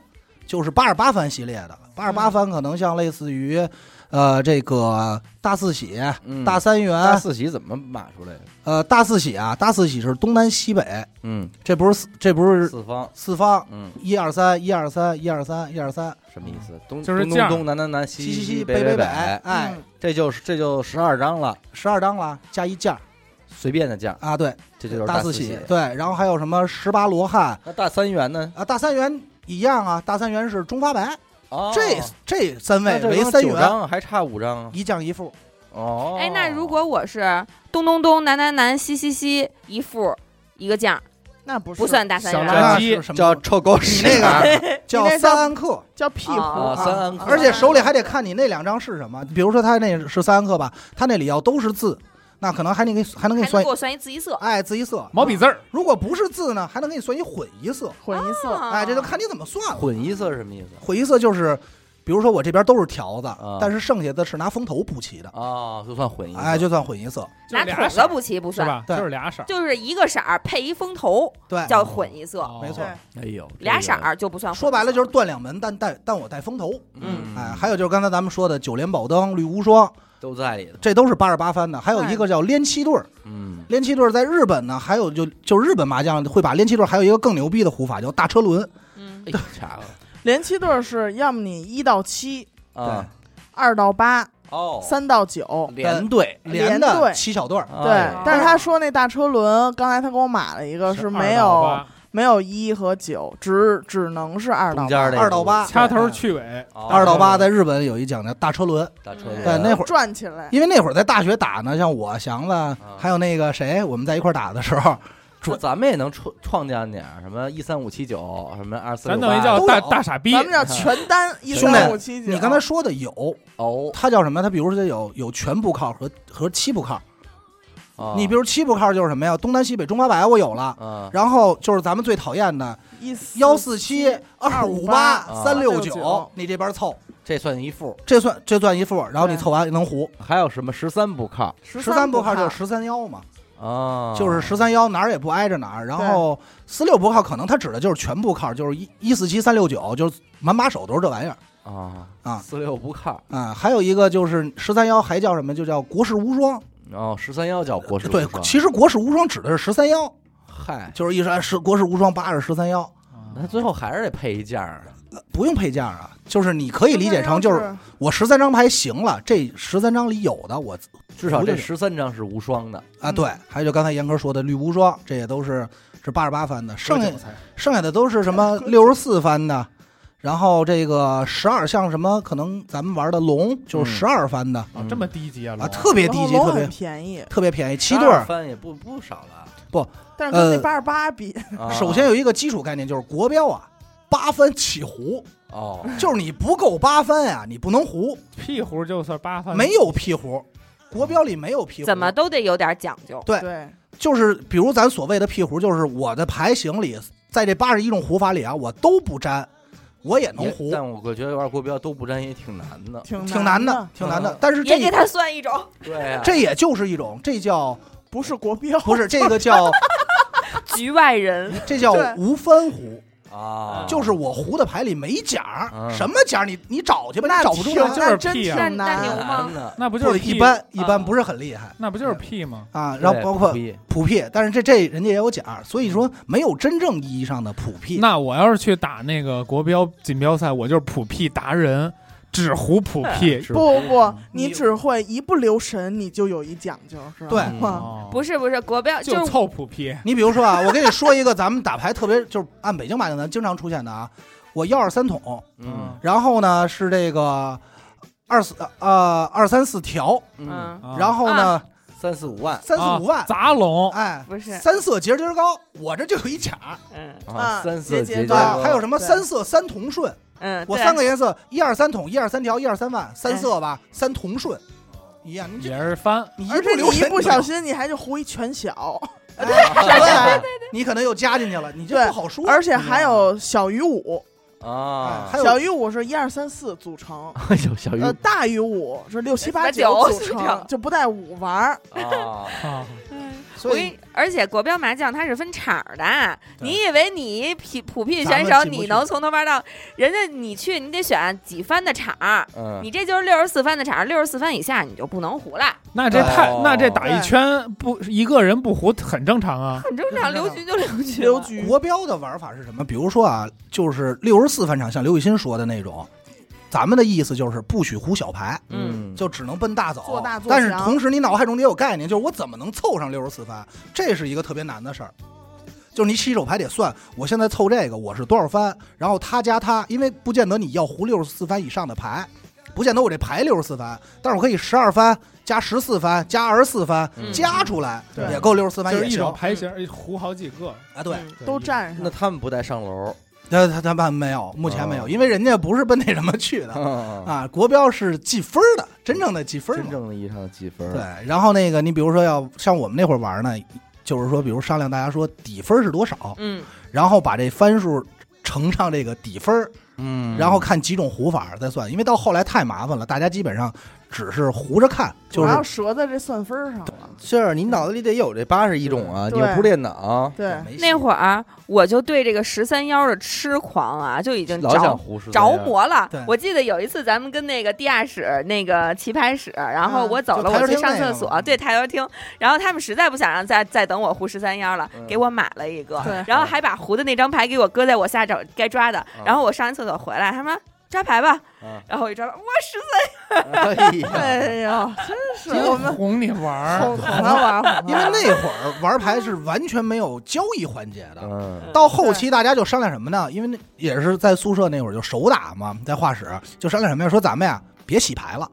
就是八十八番系列的，八十嗯八番可能像类似于，呃，这个大四喜、嗯大三大元，四喜怎么码出来的？呃，大四喜啊，大四喜是东南西北，嗯，这不是四这不是四方，四方，嗯，一二三，一二三，一二三，一二三，什么意嗯思？东就是东这东样东南南南西西西西北北北，北，哎，嗯这就是这就十二张了，十二张了，加一件儿随便的价，啊，对，这就是大四喜，对，然后还有什么十八罗汉。那大三元呢？啊，大三元一样啊，大三元是中发白，哦这这三位那这为刚三九元，张还差五张一降一负。哦。哎哎，那如果我是咚咚咚、南南南、西西西一副一个酱，那不是不算大三小元垃圾儿，那是什么叫臭狗屎你那个叫三安克，叫屁股啊，哦三安克而且手里还得看你那两张是什么。比如说他那是三安克吧，他那里要都是字，那可能还能给你还能给啊你还能算给，我算一字一色，哎，字一色。毛笔字儿，如果不是字呢，还能给你算一混一色，混一色，哦啊哎，这就看你怎么算 了。混一色是什么意思混一色就是，比如说我这边都是条子啊，但是剩下的是拿风头补齐的，啊？就算混一色，哎，就算混一色。就拿是筒俩子色补齐不是算，吧？对就是俩色儿，就是一个色儿配一风头对，叫混一色，哦没错对，哎呦，俩色傻，儿就不算混一色。说白了就是断两门，但带但我带风头。嗯，哎，还有就是刚才咱们说的九连宝灯、绿无双，都在里头，这都是八十八番的。还有一个叫连七对儿，嗯，连七对儿在日本呢，还有就就日本麻将会把连七对儿还有一个更牛逼的胡法叫大车轮，嗯，哎呦家伙连七对儿是要么你一到七，啊，二到八，哦，三到九。连队连连的对七小对儿，对哎，但是他说那大车轮，刚才他给我买了一个是没二到有八没有一和九，只只能是二到中间八儿。那二到八哎掐头去尾，哦二到八在日本有一讲叫大车轮，打车对对，呃那会儿。转起来，因为那会儿在大学打呢，像我祥子，还有那个谁，我们在一块儿打的时候，说咱们也能创创建点儿什么一三五七九什么二四咱等于叫都大有大傻逼，咱们叫全单一啊兄弟三五七九。你刚才说的有，哦，它叫什么？它比如说有有全部靠和和七步靠。啊你比如七步靠就是什么呀？东南西北中华白我有了，啊然后就是咱们最讨厌的一幺四七、二五八、 258三六369九，你这边凑，这算一副，这算这算一副，然后你对凑完能胡。还有什么十三不靠十十三不步靠就是十三幺嘛，啊，就是十三幺哪儿也不挨着哪儿。然后四六步靠可能它指的就是全部靠，就是一一四七、三六九，就是满把手都是这玩意儿啊啊四六不靠，啊。还有一个就是十三幺还叫什么？就叫国士无双。然后哦十三幺叫国士无对双，其实国士无双指的是十三幺，嗨，就是一说哎是国士无双八是十三幺，啊嗯那最后还是得配一件儿啊不用配件儿啊，就是你可以理解成就是我十三张牌行了，这十三张里有的我至少这不是十三张是无双的，啊，对，还有就刚才严哥说的绿无双，这也都是是八十八番的，剩下韭菜剩下的都是什么六十四番的，然后这个十二像什么，可能咱们玩的龙就是嗯十二番的、啊，这么低级啊，啊，龙特别低级，然后特龙别很便宜，特别便宜，七对儿。翻也不不少了。但是跟那呃八十八比，啊 首先有一个基础概念就是国标啊，八番起胡，哦，就是你不够八番呀、你不能胡，屁股就算八分，没有屁胡，国标里没有屁胡，怎么都得有点讲究。对对，就是比如咱所谓的屁胡，就是我的牌型里，在这八十一种胡法里啊，我都不沾，我也能也胡，但我觉得玩国标都不沾也挺难的。挺挺难难的，，挺难的嗯。但是这也给他算一种对呀这也就是一种，这叫不是国标，不是这个叫局 外人，这叫对无翻胡，啊，就是我胡的牌里没假嗯儿，什么假儿你你找去吧，你找不出那来就。是真屁挺啊那难那牛挺吗难？的。那不就做是的屁一，般一啊般不是很厉害那不就是屁吗？啊，然后包括对普及普屁，但是这这人家也有假儿，所以说没有真正意义上的普屁。那我要是去打那个国标锦标赛，我就是普屁达人，只胡普屁。是不不不，你你只会一不留神，你就有一讲究，是吧？对啊嗯哦不是不是，国标就是凑普屁，你比如说啊，我跟你说一个咱们打牌特别就是按北京麻将咱经常出现的啊，我幺二三筒，嗯然后呢是这个二四呃二三四条，嗯，嗯，啊然后呢三四五万三四五万啊，砸龙，哎，不是，三色节节高，我这就有一假嗯啊，啊三四节节节对啊，高，还有什么对三色三同顺，嗯，我对三个颜色一二三筒，一二三条，一二三万，三色吧，三同顺，一样，你这也是翻，你一而不且留你神一不小，心，你还就胡一全小，哎对，你可能又加进去了，你这对不好说，嗯而且还你知道吗。有小于五，啊，还有小于五是一二三四组成， 哎呦 小鱼呃，大于五是六七哎八九组组成成，就不带五玩儿。啊，啊我所跟以你，而且国标麻将它是分场儿的，对你以为你普普聘咱选们手进不你去能从头玩到，人家你去你得选几番的场儿，嗯你，这就是六十四番的场儿，六十四番以下你就不能胡了，那这太哦那这打一圈不一个人不胡很正常啊。很正这常，很正留局就留局，刘，局国标的玩法是什么？比如说啊，就是六十四翻场，像刘雨欣说的那种，咱们的意思就是不许胡小牌，嗯，就只能奔大走。做大做但是强同时，你脑海中得有概念，就是我怎么能凑上六十四番，这是一个特别难的事儿。就是你起手牌得算，我现在凑这个我是多少番，然后他加他，因为不见得你要胡六十四番以上的牌，不见得我这牌六十四番，但是我可以十二番加十四番加二十四番嗯加出来对也够六十四番就是也一手行嗯牌型儿胡好几个，啊。对，嗯都占上那。他们不带上楼，他他他们没有，目前没哦有，因为人家不是奔那什么去的啊，啊。国标是计分儿的，真正的计分儿真嘛。正的意义上的积分。对，，然后那个你比如说要像我们那会儿玩呢，就是说比如商量大家说底分儿是多少，嗯，然后把这番数乘上这个底分儿，嗯，然后看几种胡法再算，因为到后来太麻烦了，大家基本上只是胡着看，就主要是折在这算分儿上了。是你脑子里得有这八十一种啊，你又不是电脑，对，没戏那会儿啊我就对这个十三幺的痴狂啊，就已经老想着胡说着。魔了对。我记得有一次咱们跟那个地下室那个棋牌室，然后嗯我走了，啊就台球我去厅上那个厕嘛嗯所，对台球厅，然后他们实在不想让再再等我胡十三幺了嗯，给我买了一个对，嗯然后还把胡的那张牌给我搁在我下找该抓的嗯，然后我上完厕所回来，他们。抓牌吧，嗯啊然后我一抓，我十哎呀，哎呀，真是我真们哄你玩儿哄。哄他玩儿，因为那会儿玩牌是完全没有交易环节的。 嗯，到后期大家就商量什么呢？因为那也是在宿舍那会儿就手打嘛，在画室就商量什么呀？说咱们呀别洗牌了，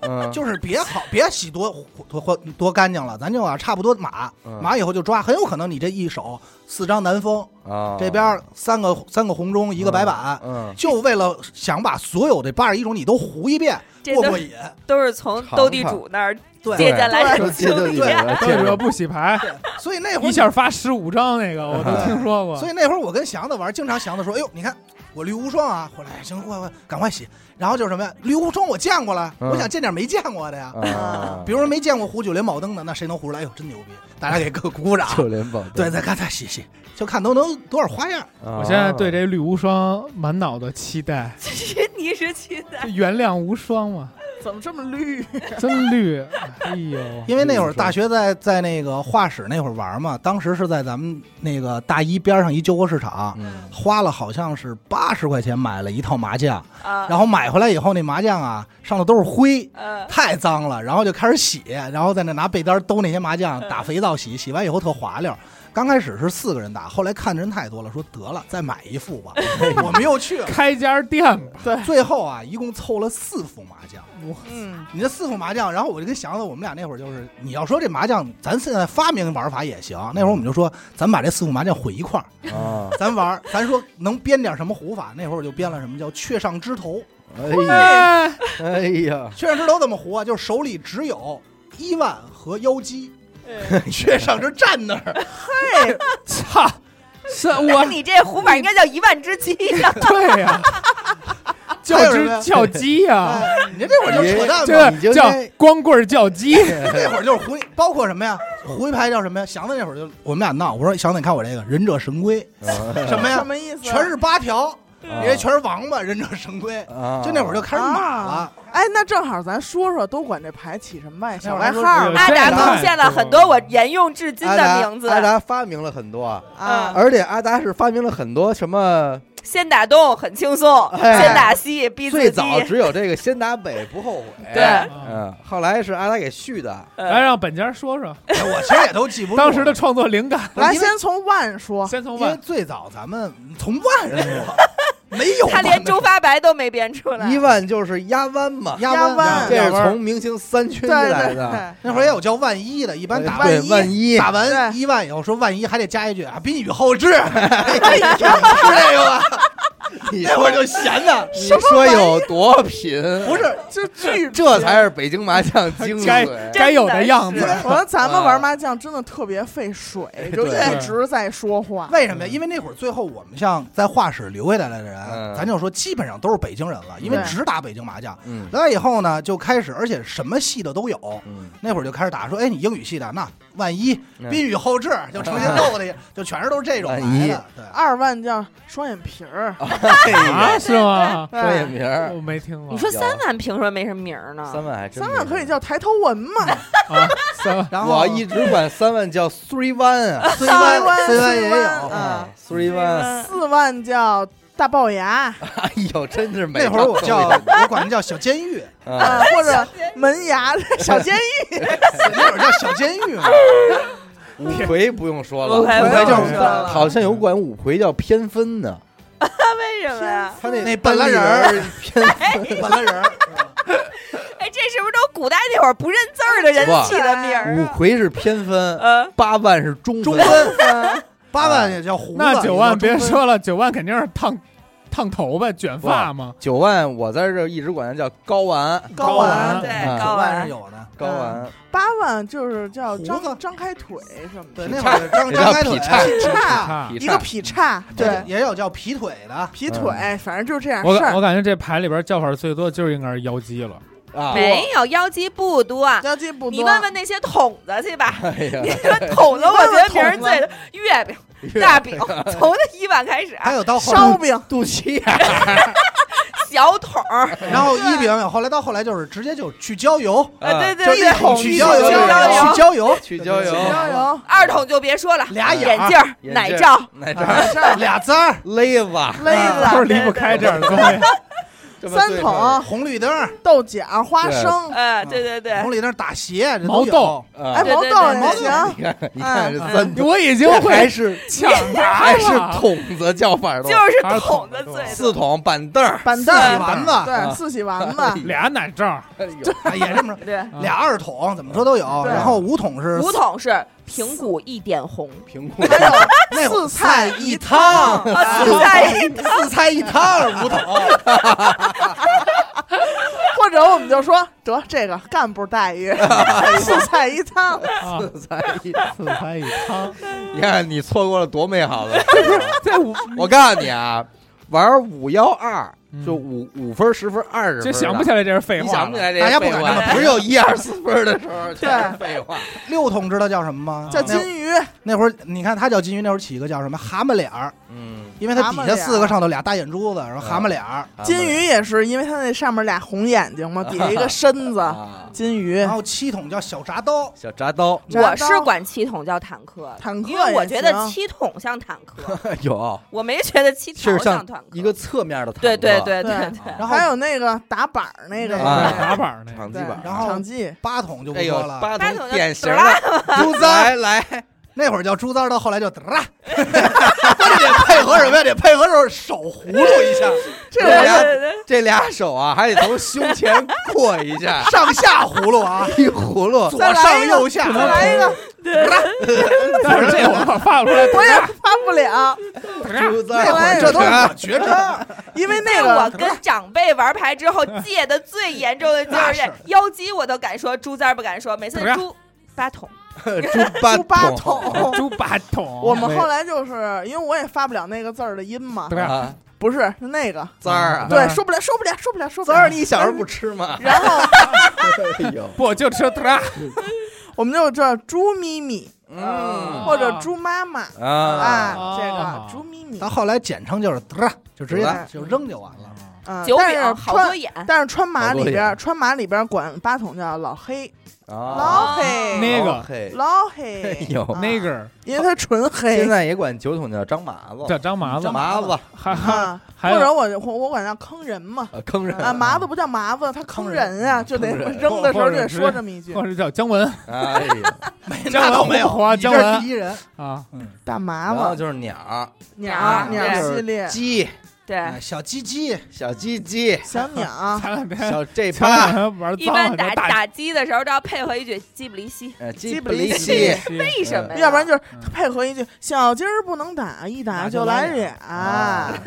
嗯就是别好别洗多多多多干净了，咱就啊差不多码嗯码以后就抓，很有可能你这一手四张南风，啊，这边三个三个红中一个白板，嗯，就为了想把所有的八十一种你都胡一遍，嗯这过都过瘾。都是从尝斗地尝主那儿对借鉴来对的借鉴兄弟借鉴来对 者不洗牌，所以那会儿一你下发十五张那个，我都听说过。所以那会儿我跟祥子玩，经常祥子说：“哎呦，你看我绿无双啊！”回来行，快快赶快洗。然后就是什么呀，绿无双我见过了，嗯我想见点没见过的呀。啊，比如说没见过胡九连宝灯的，那谁能胡出来？哎呦，真牛逼！大家给个鼓鼓掌。就连宝，对，再看再洗洗，就看都能多少花样。我我现在对这绿无双满脑的期待， 你是期待这原谅无双嘛，怎么这么绿？真绿，哎 呦，因为那会嗯儿大学在在那个画室那会儿玩嘛，当时是在咱们那个大一边上一旧货市场，嗯花了好像是八十块钱买了一套麻将，啊？然后买回来以后那麻将啊上的都是灰，呃， 太脏了，然后就开始洗，然后在那拿被单兜那些麻将，打肥皂洗，洗完以后特滑溜。刚开始是四个人打，后来看的人太多了，说得了，再买一副吧。我们又去了，开家店吧，最后啊，一共凑了四副麻将。嗯，你这四副麻将，然后我就跟祥子，我们俩那会儿就是，你要说这麻将，咱现在发明玩法也行。那会儿我们就说，咱把这四副麻将混一块儿，啊，咱玩儿，咱说能编点什么胡法。那会儿我就编了什么叫雀上枝头，哎呀，哎哎呀，雀上枝头怎么胡啊？就是手里只有伊万和妖姬，哎 雀上枝站那儿，操，哎是啊那我！你这胡法应该叫一万只鸡呀对呀，还有 叫什鸡么呀叫鸡呀， 哎你这会儿就哎扯淡吧哎这你就叫该光棍叫鸡，那会儿就是胡一，包括什么呀？胡一牌叫什么呀？祥子那会儿就我们俩闹，我说祥子，你看我这个忍者神龟什么什 呀？么意思？全是八条，啊你这全是王八，忍者神龟，啊，就那会儿就开始码了啊。哎，那正好咱说说，都管这牌起什么外小那会儿还外号说儿有阿达这个贡献了很多我沿用至今阿的达名字，阿达发明了很多啊， 啊嗯而且阿达是发明了很多什么，先打东很轻松，哎先打西逼最自早己。只有这个先打北不后悔，对嗯，后来是阿达给续的，来让本家说说哎我其实也都记不住当时的创作灵感，不是来，因为先从万说，先从因为万最早咱们从万人说没有他连周发白都没编出来，一万就是压弯嘛，压压弯这这是是从从明星三圈对进来对的，对，那会儿也有叫万一的，一般打对一，万一打完对一万以后说万一还得加一句啊，宾语后置，哎 呀是这个吧？你那会儿就闲的，你说有多贫，不是就巨这才是北京麻将精该髓。该有的样真子 的，我说咱们玩麻将真的特别费水，就一直在说话。为什么呀？因为那会儿最后我们像在画室留下来的人，嗯咱就说基本上都是北京人了，因为对只打北京麻将。嗯来以后呢，就开始，而且什么系的都有。 嗯，那会儿就开始打，说：“哎，你英语系的，那万一嗯宾语后置，就成天逗的，就全是都是这种万来一的。”对，二万叫双眼皮儿，哎啊，是吗？呀，专业名儿我没听过你说三万凭什么没什么名儿呢？三万还真啊三没万可以叫抬头纹嘛？啊，三万然后我一直管三万叫 three one 啊虽然弯虽然也虽然有嗯，啊，three one，四万叫大龅牙，哎呦，真是没那会儿我叫我管它叫小监狱，嗯啊，或者门牙小监狱，那会儿叫小监狱嘛。五魁不用说了，五魁五魁不叫用说了好像有管五魁叫偏分呢，为什么呀？他那那本来人儿偏本来人儿，哎，这是不是都古代那会儿不认字儿的人哇起的名儿五啊？魁是偏分，呃，八万是中啊中分 分八万也叫胡子，啊啊那九万也叫别中分，说了，九万肯定是烫烫头发、卷哇发嘛。九万我在这儿一直管它叫睾丸，高完完啊对嗯，高九啊啊万完是有的。睾丸八万就是叫胡子张张开腿什么对，的，那会儿张也叫张开腿劈，叉叉啊劈一叉个劈叉，对嗯对，，也有叫劈腿的，劈腿，反正就是这样我事感我儿。感觉这牌里边叫法最多就是应该是妖姬了。啊，，没有，妖姬不多。交际不多，你问问那些筒子去吧 哎呀 你，说筒子，我觉得名儿最多月饼、大饼，从那一碗开始啊，还有到后来，烧饼，肚脐眼儿，小桶儿，然后一饼，后来到后来就是直接就去郊游，啊 对就对是对一，桶去郊游，去郊游去郊游，去郊游加油，二筒就别说了，俩眼眼儿镜儿、眼奶镜儿罩、奶嗯罩儿、这 俩字儿，勒子，勒啊子都是、离不开这样的东西。这么三对啊筒、红绿灯，豆角、花生，呃，对对对， 红绿灯打鞋，这都毛有豆，称啊哎，对毛对豆对也对行。你看，你看这嗯三筒， 我已经这还会是抢 答还是了。筒子叫法多，就是还是筒筒子子最四筒板凳儿，板四凳喜儿，丸子啊对，四喜丸子，俩奶罩，哎呦哎也这么说，对。俩二筒怎么说都有，对然后五筒是五筒是平谷一点红，苹果还那有会儿四菜一汤，啊，四菜一四菜一汤，五筒， 或者我们就说得这个干部待遇，四菜一汤，啊，四菜一，四菜一汤。你看你错过了多美好的。这五我告诉你啊，玩五幺二嗯就五五分、十分、二十分的，就想不起来这是废你话想不起了。来这些大家不废敢话这么了，不是有一二四分的时候，全是废话。六筒知道叫什么吗？叫那会儿金鱼，那会儿你看他叫金鱼，那会儿起一个叫什么蛤蟆脸儿，嗯，因为它底下四个上头俩大眼珠子，然后蛤蟆脸儿，啊金鱼也是，因为它那上面俩红眼睛嘛，底下一个身子，啊，金鱼然后七筒叫小铡刀，小铡刀 哦我是管七筒叫坦克，坦克因为我觉也得行七筒像坦克，有，我没觉得七是条像坦克。一个侧面的坦克，对对对对 对，然后还有那个打板儿那个，啊打板那场个地对板，然后场记，八筒就不哎呦说，了，八八筒筒就典型得的猪猪三来儿 来，那会儿叫猪三儿，到后来就嘚啦，我得配合什么呀？得配合时手葫芦一下，，这对对个呀对对，这俩手啊还得从胸前过一下上下葫芦啊， 一葫芦左上右下，再来一个，但是这我可发不出来。我也发不了，猪字那会儿，儿这都是啊我绝招， 因为那这我个跟长辈玩牌之后戒的最严重的就那是是妖姬，我都敢说，猪字儿不敢说，每次怎么样猪八筒，猪八猪八筒筒。 猪八筒， 我们后来就是因为我也发不了那个字儿的音嘛，对啊，不是是那个，字儿啊，当对，然说不了，说不了，说不了，说不字了。儿你小时候不吃吗？然后哎呦，不就吃它我们就叫猪咪咪嗯或者猪妈妈啊，啊，这个猪咪咪到，后来简称就是嘚啦，就直接嘚啦就扔就完了。嗯，九但是饼好多川眼，但是川麻里好多边，川麻里边管八筒叫老黑，啊老那黑，那个嘿，老哎黑，呦啊那，个因为他纯现黑在也管酒桶叫张麻子，叫张麻子，麻子还还啊，还或者有我我我管他坑人嘛，呃坑人啊，麻子不叫麻子，他坑人啊，就得坑人扔的时候或就者得是说这么一句或，者叫姜文哎呀，没姜那文倒没有，红花你这姜文是第一人，啊，大麻然后子、就是鸟、鸟鸟鸟系列、鸡、对哎，小鸡鸡，小鸡鸡、小鸟、前两天小 这前趴两，天玩一脏了般就打打打鸡的时候都要配合一句鸡不离稀，呃，鸡鸡不不离离稀稀，为什么呀？要不然 就是嗯配合一句“小鸡儿不能打，一打就来啊俩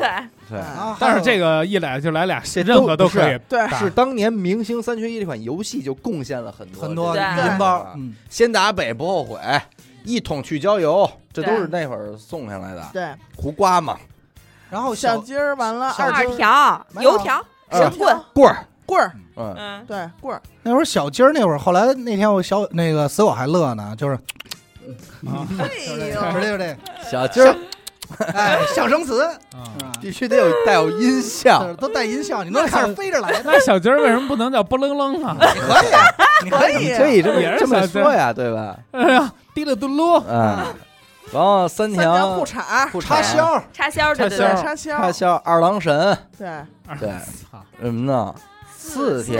对，对，啊但是这个个一来就来俩，这任何都都不是可以”。对，打是当年《明星三缺一》这款游戏就贡献了很多很多这对个银包，嗯，先打北不后悔，一桶去郊游，这都对是那会儿送下来的对，胡瓜嘛，然后小小鸡儿完了小二二鸡儿条、没有油条、二神棍，棍儿，棍儿，嗯，嗯，对棍儿，那会儿小鸡儿那会儿，后来那天我小那个死我还乐呢，就是就是这个，直哎呦接就这个，小鸡儿哎，笑声词啊是吧？必须得有带有音效就是，都带音效，你能看着飞着 来，那小鸡儿为什么不能叫波楞楞啊？你 可以，你可可以啊以，可以啊这么也是这么小鸡儿说呀，对吧？哎呀，滴了嘟噜，嗯，然后三三条条裤衩儿，裤衩、插销，插销，对对对插销对，儿，插销插儿，销、二郎神，对，对操，什么呢？四条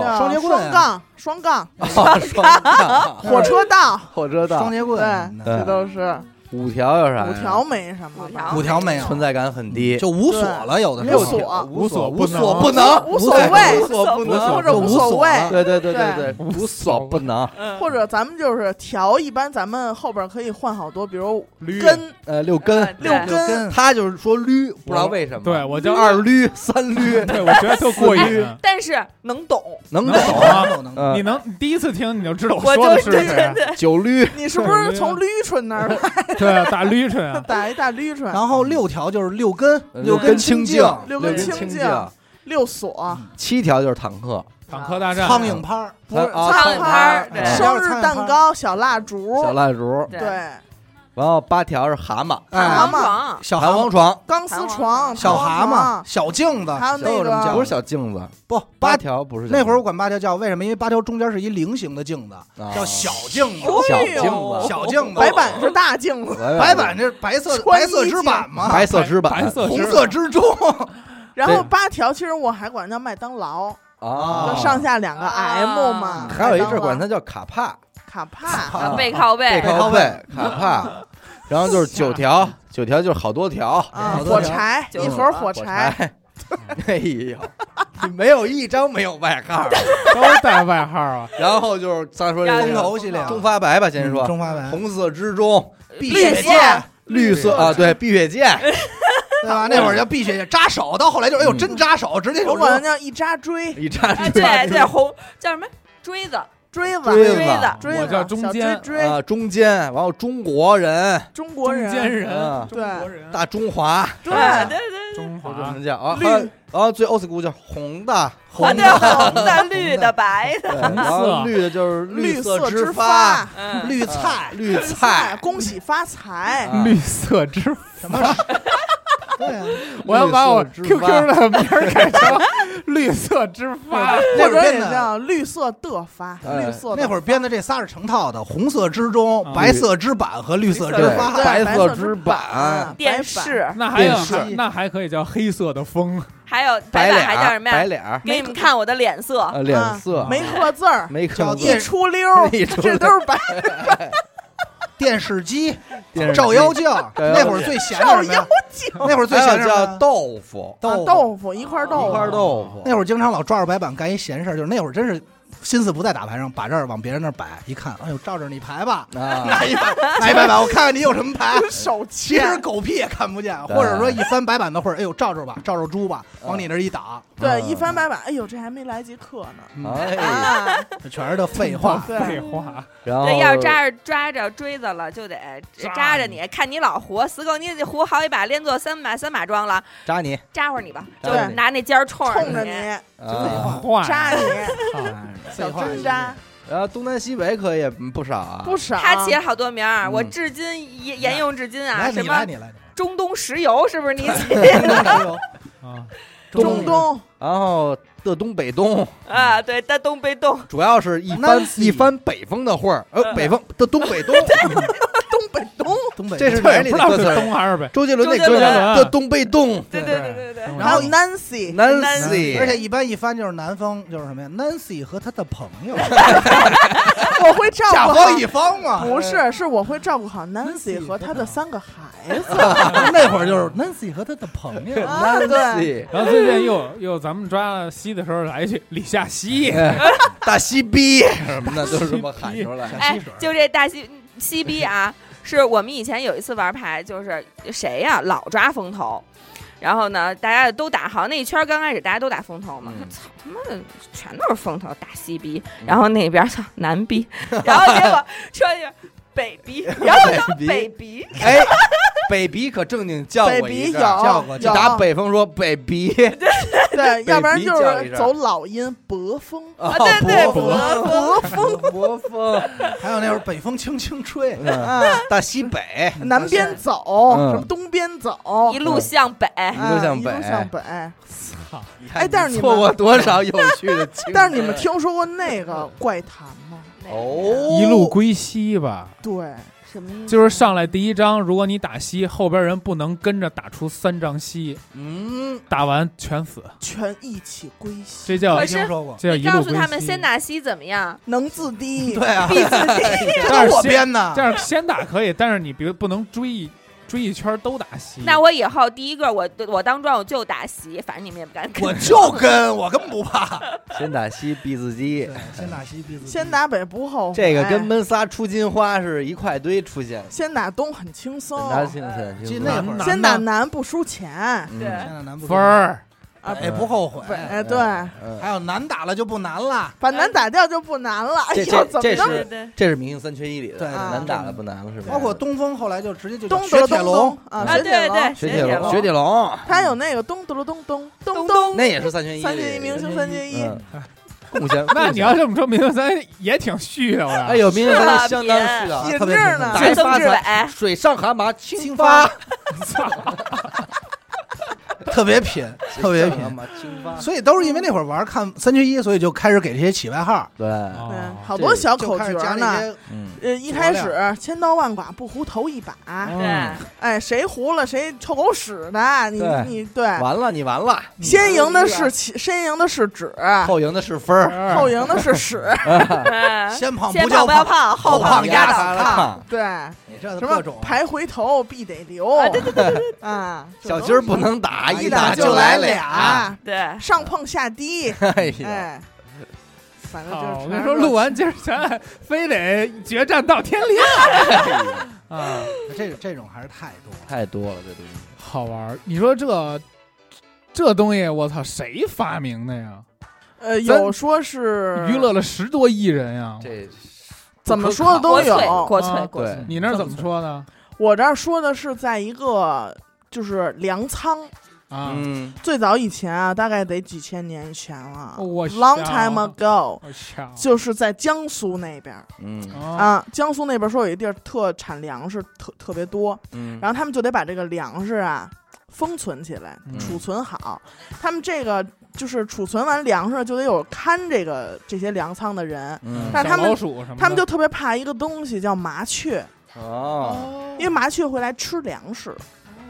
条叫双截棍双杠、双杠、 哦双杠火车道， 火车道双，截棍，嗯对对这都是五条有啥呀？五条没什么五吧，条五条没有，存在感很低，嗯就无所了，有的时六候锁无所无不所能不能，无所谓无所不能，或者无无所所谓，对对对对对对，无所不能。嗯哎或者咱们就是条，一般咱们后边可以换好多，比如驴根、呃，六根，对六根 根他就是说捋，不知道我为什么，对我叫二捋三捋， 对，我觉得特过 瘾啊。但是能懂，能能懂懂啊能懂能懂。嗯你能你第一次听你就知道我说的就是对谁啊对对，九捋，你是不是从驴唇那儿对啊，大捋唇啊，打一大驴唇？然后六条就是六根，根根清净，六根根清清净净，六锁七条就是坦克，坦克大战，苍蝇拍儿，不是啊苍蝇拍蝇拍对儿、生日蛋糕、小蜡烛哎小，蜡烛，对嗯啊对，然后八条是蛤蟆，哎，弹簧床，小弹蛤簧蟆、床，钢丝床、小蛤蟆啊蟆、，小镜子，还有都有这么那叫个不是小镜子，不八八。条不是小镜子那会儿我管八条叫为什么？因为八条中间是一菱形的镜子，啊叫小镜子。小哎镜呦子，小镜子，白板是大镜子，白白板这白色穿白衣色镜之板嘛，白色之板，白色红色之 中，然后对八条其实我还管它叫麦当劳，啊，就上下两个 M 嘛。啊嗯还有一阵儿麦当劳管它叫卡帕，卡帕，啊背靠背，靠靠背卡帕，然后就是九条，九条就是好多条，嗯啊，好多火条柴就一是盒火火柴，柴，哎呦，你没有一张没有外号的。都带外号啊，然后就是咱说这风风个头系啊列，中发白吧，先说嗯中发白，红色之中，碧绿血色剑，绿色对啊，对，碧血剑，对吧？那会儿叫碧血剑，扎手，到后来就是哎呦嗯真扎手，直接就我管它叫一扎锥一扎哎， 追对对，红叫什么锥子，锥子，啊锥锥子子锥子，我叫中间小锥锥，啊，中间，然后中 国人，中国中间人，啊人，中国人，大中华，对啊哎对对对，中就这华么叫啊。绿还有然后最 old school 叫红的，啊红对，红的、绿的、白的，对，然后绿的就是绿色之发，，嗯，绿啊菜，绿菜，菜，恭喜发财，啊绿色之， 什么？对啊， 我要把我绿色之 QQ 的名儿改 成绿色之发，啊或那会者儿编也的。叫绿色的发，哎绿色的那会儿编的这仨是成套的，红色之中、啊白色之板和绿色之对发。白白嗯色之之板啊电，视， 那还有电视那还可以叫黑色 的风，还有白白板脸还叫儿，啊什么白呀？脸儿，给你们看我的脸色，呃，脸色没刻字儿，没看电一见视出溜一 儿，出这都是白电视机、 电视照机 妖镜，镜那会儿最闲的照是什么妖呀？精，那会儿最还有闲的是什么叫呀豆腐，豆啊豆腐一块一豆块腐，豆腐，那会儿经常老抓着白板干一闲事儿，就是那会儿真是心思不在打牌上，把这儿往别人那儿摆，一看，哎呦，照着你 牌吧，啊 拿一把拿一白板，我看看你有什么牌。手其实欠。狗屁也看不见，对或者说一翻白板的会儿，哎呦，照照吧，照照猪吧，嗯往你那儿一打，对，一翻白板，哎呦，这还没来及刻呢。哎 啊，这嗯全是这废 话。对废话，然后对，要是扎着抓着锥子了，就得扎扎着你，看你老活，死狗你得活好几把，连坐三马三马桩了，扎你，扎会儿你吧，扎就会儿是你拿那尖儿冲冲着你，你啊话扎你，哎废小话，针扎，然后东南西北可也不少啊，不少。他起了好多名儿，嗯我至今沿沿用至今啊，来什你来么你来你中东石油是不是你起来，哎中东石油嗯啊，中东然后的东北东， 啊？对，在东北东，主要是一翻 Nancy 一翻北风的会儿，呃，嗯北风的东北东，东北东，东北，这是哪对，不里的知道歌是词儿？东还是北，周杰伦那周歌杰伦的东北东对对对对对对，然后 对 Nancy， ，Nancy，而且一般一翻就是南方，就是什么呀？Nancy 和她的朋友，我会照 甲顾方好，乙方嘛。不是，是我会照顾好 Nancy 和她的三个孩子。那会儿就是 Nancy 和她的朋友，啊，对， Nancy，然后最近又又咱们抓西的时候来一句李夏西，哎大西 逼什么的都是这么喊出来，哎吸水，就这大西西逼 啊，是我们以前有一次玩牌，就是谁呀、老抓风头，然后呢，大家都打，好像那一圈刚开始大家都打风头嘛，嗯操他妈的全都是风头，大西逼，然后那边 操南逼，然后结果说一句北逼，然后就北逼， 哎，北鼻可正经叫北过一鼻有阵儿，叫过有，打北风说北鼻，对，要不然就叫一是声走老音博风，啊对对伯博风，风伯风，还有那会儿北风轻轻吹，嗯大西北，南边走，嗯什么东边走，一路向北，一路啊向一北路向北。你哎看但是你错们过多少有趣的青春，但是你们听说过那个怪谈吗？那个哦，一路归西吧，对，什么意思？就是上来第一张，如果你打西，后边人不能跟着打出三张西，嗯，打完全死，全一起归西，这叫可没是听说过。这叫你啊一路告归诉西。他们先打西怎么样？能自低，对啊，必死地。这都我编的这。样先打可以，但是你别不能追一追一圈都打西。那我以后第一个我我当庄我就打西，反正你们也不敢跟我就跟我根本不怕，先打西逼自己对，先打西鼻子，先打北不后悔，这个跟闷仨出金花是一块堆出现的。先打东很轻松，拿清楚，记清那楚。会儿男先的打南不输钱，对现在哎男不分儿，啊哎，不后悔。哎对，嗯嗯还有难打了就不难了，把南打掉就不难了。哎这这呦，怎这是么能对对这是明星三缺一里的，对啊难打了不难了是吧？包括东风后来就直接就叫东雪德铁东龙东，啊，啊雪铁对对龙，雪铁龙，龙雪铁龙，他有那个咚咚咚咚咚咚咚，那也是三缺一里的，三缺一明星三缺一，嗯，贡献。那你要这么说，明星三也挺虚的，我哎呦，明星三相当是吧需要啊银特别杏平衡呢打一是曾发志伟，水上蛤蟆青青发发，特别品，特别水上品。蛤蟆青发，所以都是因为那会儿玩看三缺一，所以就开始给这些起外号，对，嗯，哦好多小就口开始诀加那呢。些嗯，呃，一开始千刀万剐不糊头一把，嗯对，哎，谁糊了谁臭狗屎的，你对你对，完了你完了，先赢的是起先赢的是纸，后赢的是分儿，后赢的是屎， 嗯先胖先不叫不要，胖，后胖压压倒倒炕。炕。对，你这什各么种排回头必得留，啊对对对对对，啊，小鸡儿不能打，一一打就就来来俩。啊俩，对，上碰下 低，哎呀，哎，反正就是好，我全跟你是说，乱录完今儿咱非得决战到天亮啊，这这种还是太多了。太多了这东西，好玩儿。你说这这东西，我操，谁发明的呀？呃，咱有说是娱乐了十多亿人呀！这怎么说的都国粹有。国粹啊国粹。对你那儿怎么说呢？我这儿说的是在一个就是粮仓，啊，嗯，最早以前啊，大概得几千年以前了哦我，long 想哦 time ago，我操！就是在江苏那边儿嗯啊，啊。江苏那边说有一地儿特产粮食特特别多，嗯，然后他们就得把这个粮食啊封存起来，嗯储存好。他们这个就是储存完粮食，就得有看这个这些粮仓的人。嗯但是他们小老鼠什么的，他们就特别怕一个东西叫麻雀，哦，哦因为麻雀会来吃粮食，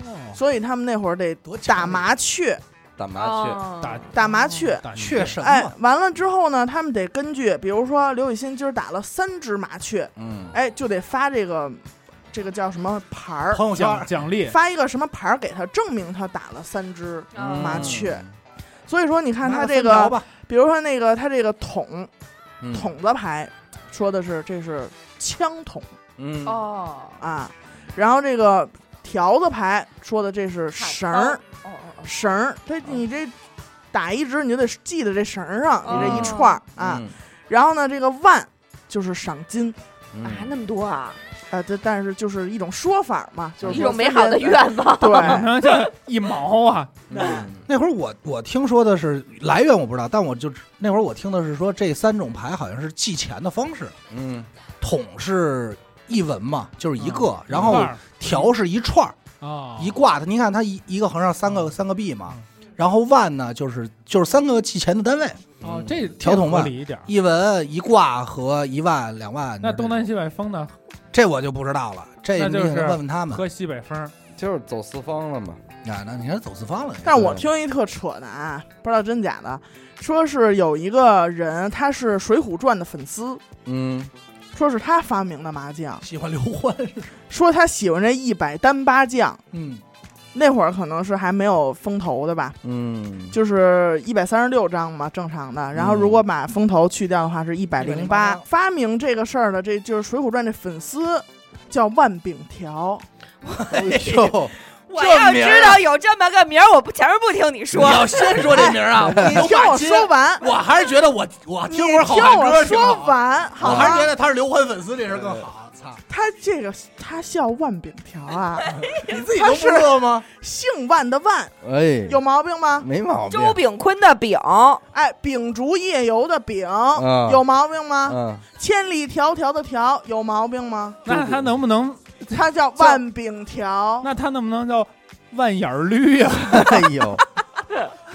哦所以他们那会儿得多强打麻哦雀，打麻雀，哦打打麻雀打麻雀什哎么？，完了之后呢，他们得根据，比如说刘雨欣今儿打了三只麻雀，嗯，哎，就得发这个这个叫什么牌儿，朋友圈奖奖励发一个什么牌儿给他，证明他打了三只。嗯麻雀，所以说你看他这哦拿分条个，吧比如说那个他这个筒嗯，筒子牌，说的是这是枪筒嗯，哦啊，然后这个条子牌说的这是绳儿。哦哦哦，绳儿，这你这打一只，你就得系在这绳儿上，你这哦一串儿啊。嗯，然后呢，这个万就是赏金嗯啊，那么多啊，啊，这但是就是一种说法嘛，嗯就是一说种哎美好的分别 愿望。然对，后就一毛啊，嗯那会儿我我听说的是来源我不知道，但我就那会儿我听的是说这三种牌好像是计钱的方式，嗯，桶是一文嘛，就是一嗯个，然嗯一后半儿条是一串儿哦一挂，它你看它一一个横上三个嗯三个币嘛，然后万呢就是就是三个计钱的单位，哦，这条筒吧合理一点儿。一文一挂和一万两万。那东南这西北风呢？这我就不知道了，这那你就得是问问他们。喝西北风儿，就是走四方了嘛，啊，那你看走四方了。但是我听一特扯的啊，不知道真假的，说是有一个人他是《水浒传》的粉丝，嗯，说是他发明的麻将，喜欢刘 欢，说他喜欢这一百单八将，嗯，那会儿可能是还没有风投的吧，嗯，就是一百三十六张嘛，正常的。然后如果把风头去掉的话，是一百零八108。发明这个事儿的，这就是《水浒传》这粉丝叫万秉条，哎就我要知道有这么个名儿，我不前面不听你你说，要先说这名 儿啊，你听我说完，我还是觉得我我 你听听会儿好汉我歌挺好说啊完，好我还是觉吗？得他是刘欢粉丝这事儿更好。操，他这个他叫万秉条啊， 你自己他都不是知道吗？姓万的万，哎，有毛病吗？没毛病，周炳坤的炳，哎，秉烛夜游的秉，嗯有毛病吗？ 嗯，千里迢迢的迢，有毛病吗？那他能不能？他叫万秉条。那他能不能叫万眼儿驴呀？ 哎呦，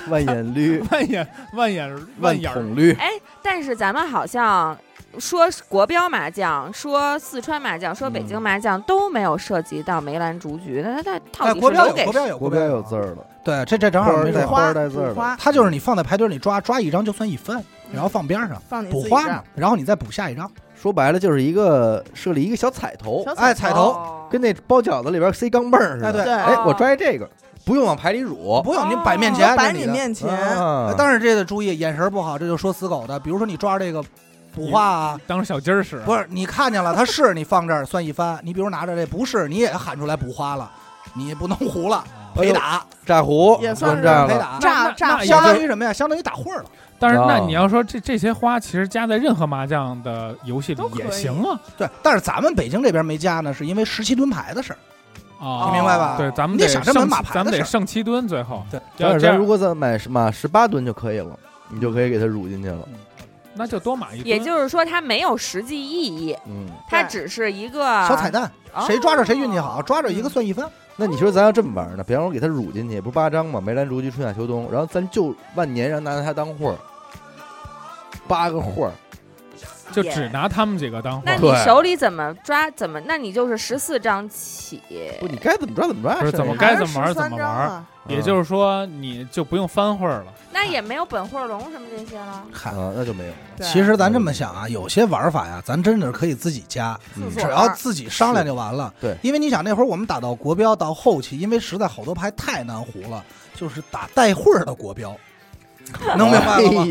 万眼驴， 万眼万眼儿万眼儿桶驴，哎，但是咱们好像说国标麻将，说四川麻将，说北京麻将、都没有涉及到梅兰竹菊，那它它哎，到底国是标留有给国标有国标有啊字儿了，对，这这正好花没儿准带儿花儿花带字儿补花的，它就是你放在牌堆里抓抓一张就算一分，然后放边儿上放你补自己花哎这儿嘛，然后你再补下一张。说白了就是一个设立一个小彩头，小哎，彩彩头，哦跟那包饺子里边塞钢镚儿似的。哎对对哎，我哦拽这个，不用往牌里辱。不用你摆面哦前，摆这你你的。面前，啊哎但是这得注意，眼神不好，这就说死狗的。比如说你抓这个补花啊，当小鸡儿使。不是你看见了，它是你放这儿算一番。你比如拿着这不是，你也喊出来补花了，你不能胡了，哎陪呦打，炸胡也算混是战陪了，打，炸那炸那也相就当是于什么呀？相当于打混了。但是那哦你要说这这些花，其实加在任何麻将的游戏里都可以也行啊对，但是咱们北京这边没加呢，是因为十七吨牌的事儿，啊，你明白吧？对，咱们你得上想这门马牌的咱们得事儿上七吨，最后对要但啊这是如样果咱买什么十八吨就可以了，你就可以给它乳进去了。那就多买一吨。嗯也就是说它没有实际意义，嗯，它对只是一啊个小彩蛋，哦谁抓着谁运气好，抓着嗯一个算一分。那你说咱要这么玩呢？比方说给它乳进去，不是八张吗？梅兰竹菊春夏秋冬，然后咱就万年，然后拿它当会儿，八个会儿，就也只拿他们几个当花那儿。你对手里怎么抓？怎么？那你就是十四张起，不，你该怎么抓怎么抓。不是剩下怎么一该还是怎么玩儿13怎么张玩儿啊个也就是说，你就不用翻会儿了。那也没有本或龙什么这些了。嗨啊，那就没有。对其实咱这么想啊，有些玩法呀，咱真的是可以自己加，嗯自只作要自己商量就完了。是对因为你想那会儿我们打到国标到后期，因为实在好多牌太难胡了，就是打带会儿的国 标，能明白了哎吗？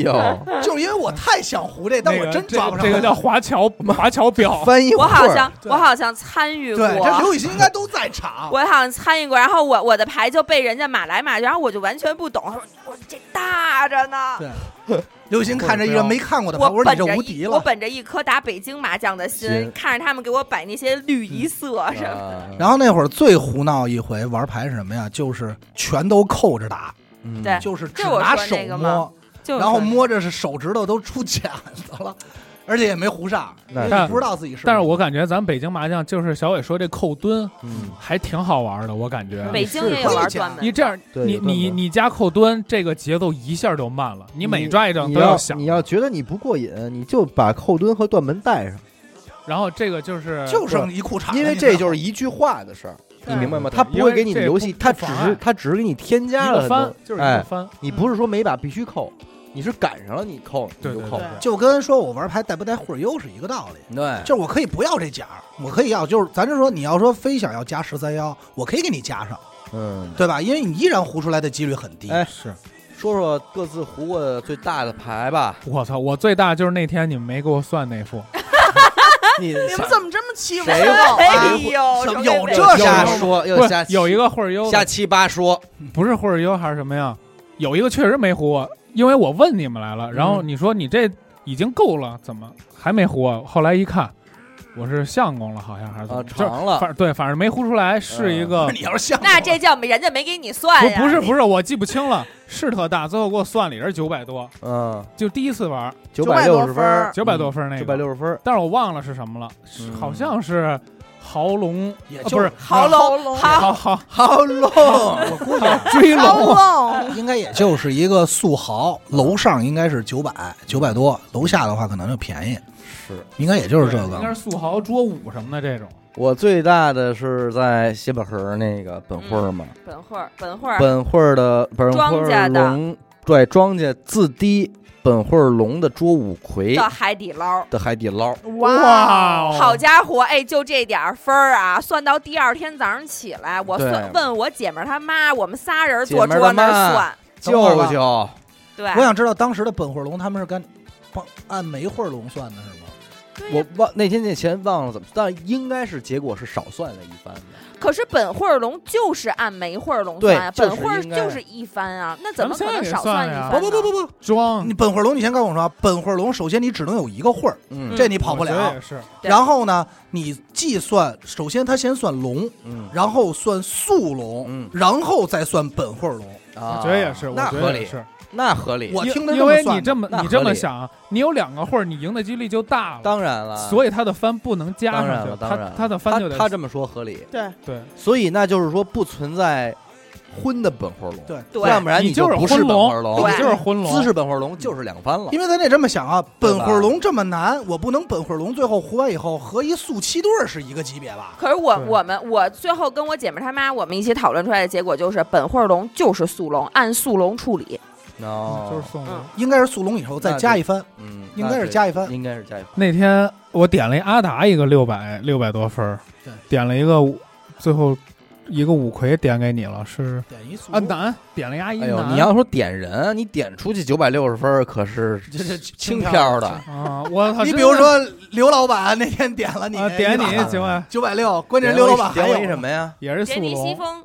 呦，就是因为我太想胡这，但那我个真这抓个不这个上叫来。华侨华侨表，翻译我好像对我好像参与过，对，这刘雨欣应该都在场我。好像参与过，然后我我的牌就被人家码来码去，然后我就完全不懂，我这大着呢。对刘雨欣看着一个没看过的牌，我说本你这着无一敌我了。本着一颗打北京麻将的心心，嗯看着他们给我摆那些绿一色啊什么，然然后那会儿最胡闹一回玩牌是什么呀？就是全都扣着打，嗯对就是只这我拿说手那个吗摸。就然后摸着是手指头都出茧子了，而且也没糊上，因那为是你不知道自己是。但是我感觉咱北京麻将就是小伟说这扣墩嗯，还挺好玩的，我感觉。北京也有玩专门的，你这样，对你有段你子你加扣墩，这个节奏一下就慢了。你每抓一张你都要想你，要觉得你不过瘾，你就把扣墩和断门带上，然后这个就是就剩一裤衩了，因为这就是一句话的事儿，你对明白吗？对他不因会为给你这游不戏，不他只妨是碍他只是给你添一加了个很翻多，就是嗯一个哎，翻，你不是说每把必须扣，你是赶上了你扣你对就对扣，对就跟说我玩牌带不带会儿优是一个道理。对就是我可以不要这奖，我可以要，就是咱就说你要说非想要加十三幺，我可以给你加上，嗯。对吧？因为你依然胡出来的几率很低。哎是。说说各自胡过的最大的牌吧，我操！我最大就是那天你们没给我算那副，你啊你们怎么这么欺负谁我哎啊？呦，怎么这有位这又瞎瞎说不又是瞎有一个会儿优的瞎七八说，不是会儿优还是什么呀？有一个确实没胡我，因为我问你们来了，然后嗯你说你这已经够了，怎么还没胡我？后来一看，我是相公了，好像还是怎么啊，着，嗯就是长嗯了反对，反正没胡出来，是一个你要是像那这叫人家没给你算呀，不不是不是，我记不清了，是特大，最后给我算了也是九百多，嗯，就第一次玩九900六多十嗯分儿九百多分那个，九百，六十分儿，但是我忘了是什么了，是嗯好像是豪龙，也啊就不是好喽龙好豪豪好 喽， 我估计豪追龙，龙，应该也就是一个素豪，楼上应该是九百九百多，楼下的话可能就便宜，是应该也就是这对应该个是。素豪捉五什么的这种。我最大的是在西北河那个本会儿嘛，本会儿本会儿本会儿的本会庄儿稼的龙对庄稼自低本会儿龙的捉五魁到海底捞。的海底捞，哇，哦好家伙，哎，就这点儿分儿啊，算到第二天早上起来，我对算问我姐们儿她妈，我们仨人姐坐们儿桌她那妈儿算，舅等会儿吧舅对，我想知道当时的本会儿龙他们是干帮按梅会儿龙算的是吗？对呀我忘那天那钱忘了怎么，但应该是结果是少算了一番的，可是本会儿龙就是按梅会儿龙对算啊，就是本会儿应该的就是一番啊，那怎么可咱能们现在也少算一了呀番？不不不，不不，装你，本会儿龙，你先告诉我说啊，本会儿龙，首先你只能有一个会儿，嗯这你跑不我觉得了啊也。是，对然后呢，你计算，首先他先算龙，嗯然后算速嗯龙，然后再算本会儿龙。啊我觉得也是，我那觉合得也理，是。那合理，我因听着因为你这么那合你这么理想，你有两个或者你赢的几率就大了，当然了，所以以他的翻不能加当然上了，去，当他然了他的翻他就得他这么说合理，对，对所以那就是说不存在昏的本活龙，对对要不然你就是不昏本活龙，龙，你对就是昏龙，姿势本活龙就是两番了。因为咱得这么想啊，本吧火龙这么难，我不能本火龙最后胡完以后和一速七对儿是一个级别吧？可是我对我们我最后跟我姐们儿她妈我们一起讨论出来的结果就是，本会儿龙就是速龙，按速龙处理。哦，就是宋龙。嗯应该是速龙以后再加一啊番，嗯，应该是加一番那是应该是加一番。那天我点了一阿达一个六百六百多分儿对，点了一个五最后一个五魁点给你了，是点一速啊龙。南点了一阿一哎呦，南。你要说点人，你点出去九百六十分可是这这轻飘的，啊，我操！你比真的如说刘老板那天点了你啊，点你你行吧，九百六，关键刘老板还点有为什么呀？也是速龙，风，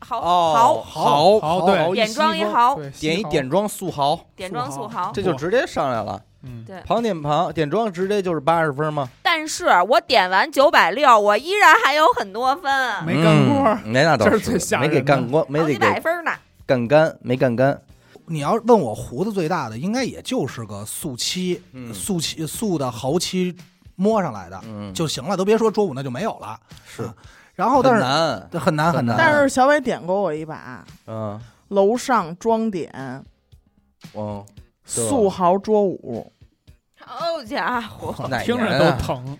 豪哦，豪豪豪对豪点妆一豪，对点一，点装素豪，点妆素速豪豪。这就直接上来了。西嗯，对，旁点旁点装直接就是八十分吗？但是我点完九百六，我依然还有很多分，没干过儿，嗯，没那倒这是最吓没人的给干过，没好得几百给分呢。干干，没干干。你要问我胡子最大的，应该也就是个速七、嗯速七、速的豪七摸上来的、嗯，就行了，都别说周五那就没有了。是啊然后但很是难，很难很很难难，但是小伟点过我一把，啊嗯，楼上装点哦，对素豪桌舞，好家伙，哪听年着啊都疼，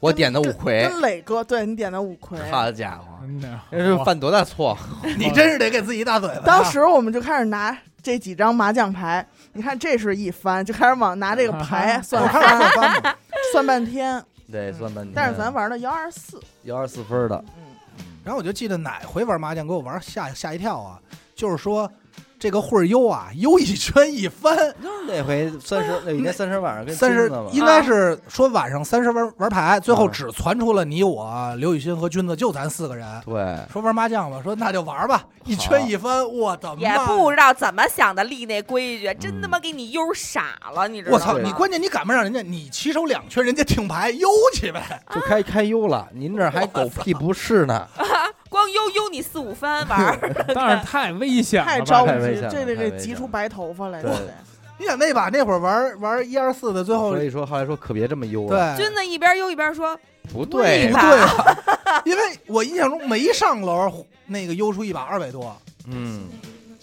我点的五 魁，跟磊哥对你点的五魁，哎好家伙，真的。这是犯多大错？你真是得给自己一大嘴巴呀。 当时我们就开始拿这几张麻将牌，你看这是一番，就开始往拿这个 牌算我看番，了算翻吧， 算半天。得算半天。但是咱玩的幺二四，幺二四分的，嗯， 然后我就记得哪回玩麻将给我玩吓吓一跳啊，就是说这个会儿悠啊，悠一圈一翻， 那回三十，那天三十晚上跟三十金子嘛应该是说晚上三十玩玩牌，最嗯后只传出了你我刘雨欣和君子，就咱四个人。对，说玩麻将吧，说那就玩吧，一圈一翻，我的也妈呀！不知道怎么想的立那规矩，真他妈给你悠傻了，你知道我吗？操！你关键你敢不让人家你起手两圈，人家挺牌悠去呗，就开开悠了，您这还狗屁不是呢，光悠悠你四五番玩儿， 但是太危险了吧，太着太危急险，了这得太危险给急出了白头发来，对得你想那把那会儿玩玩一二四的，最后所对以说后来说可别这么悠了，对君子一边悠一边说不对对不，对啊，因为我印象中没上楼，那个悠出一把二百多，嗯，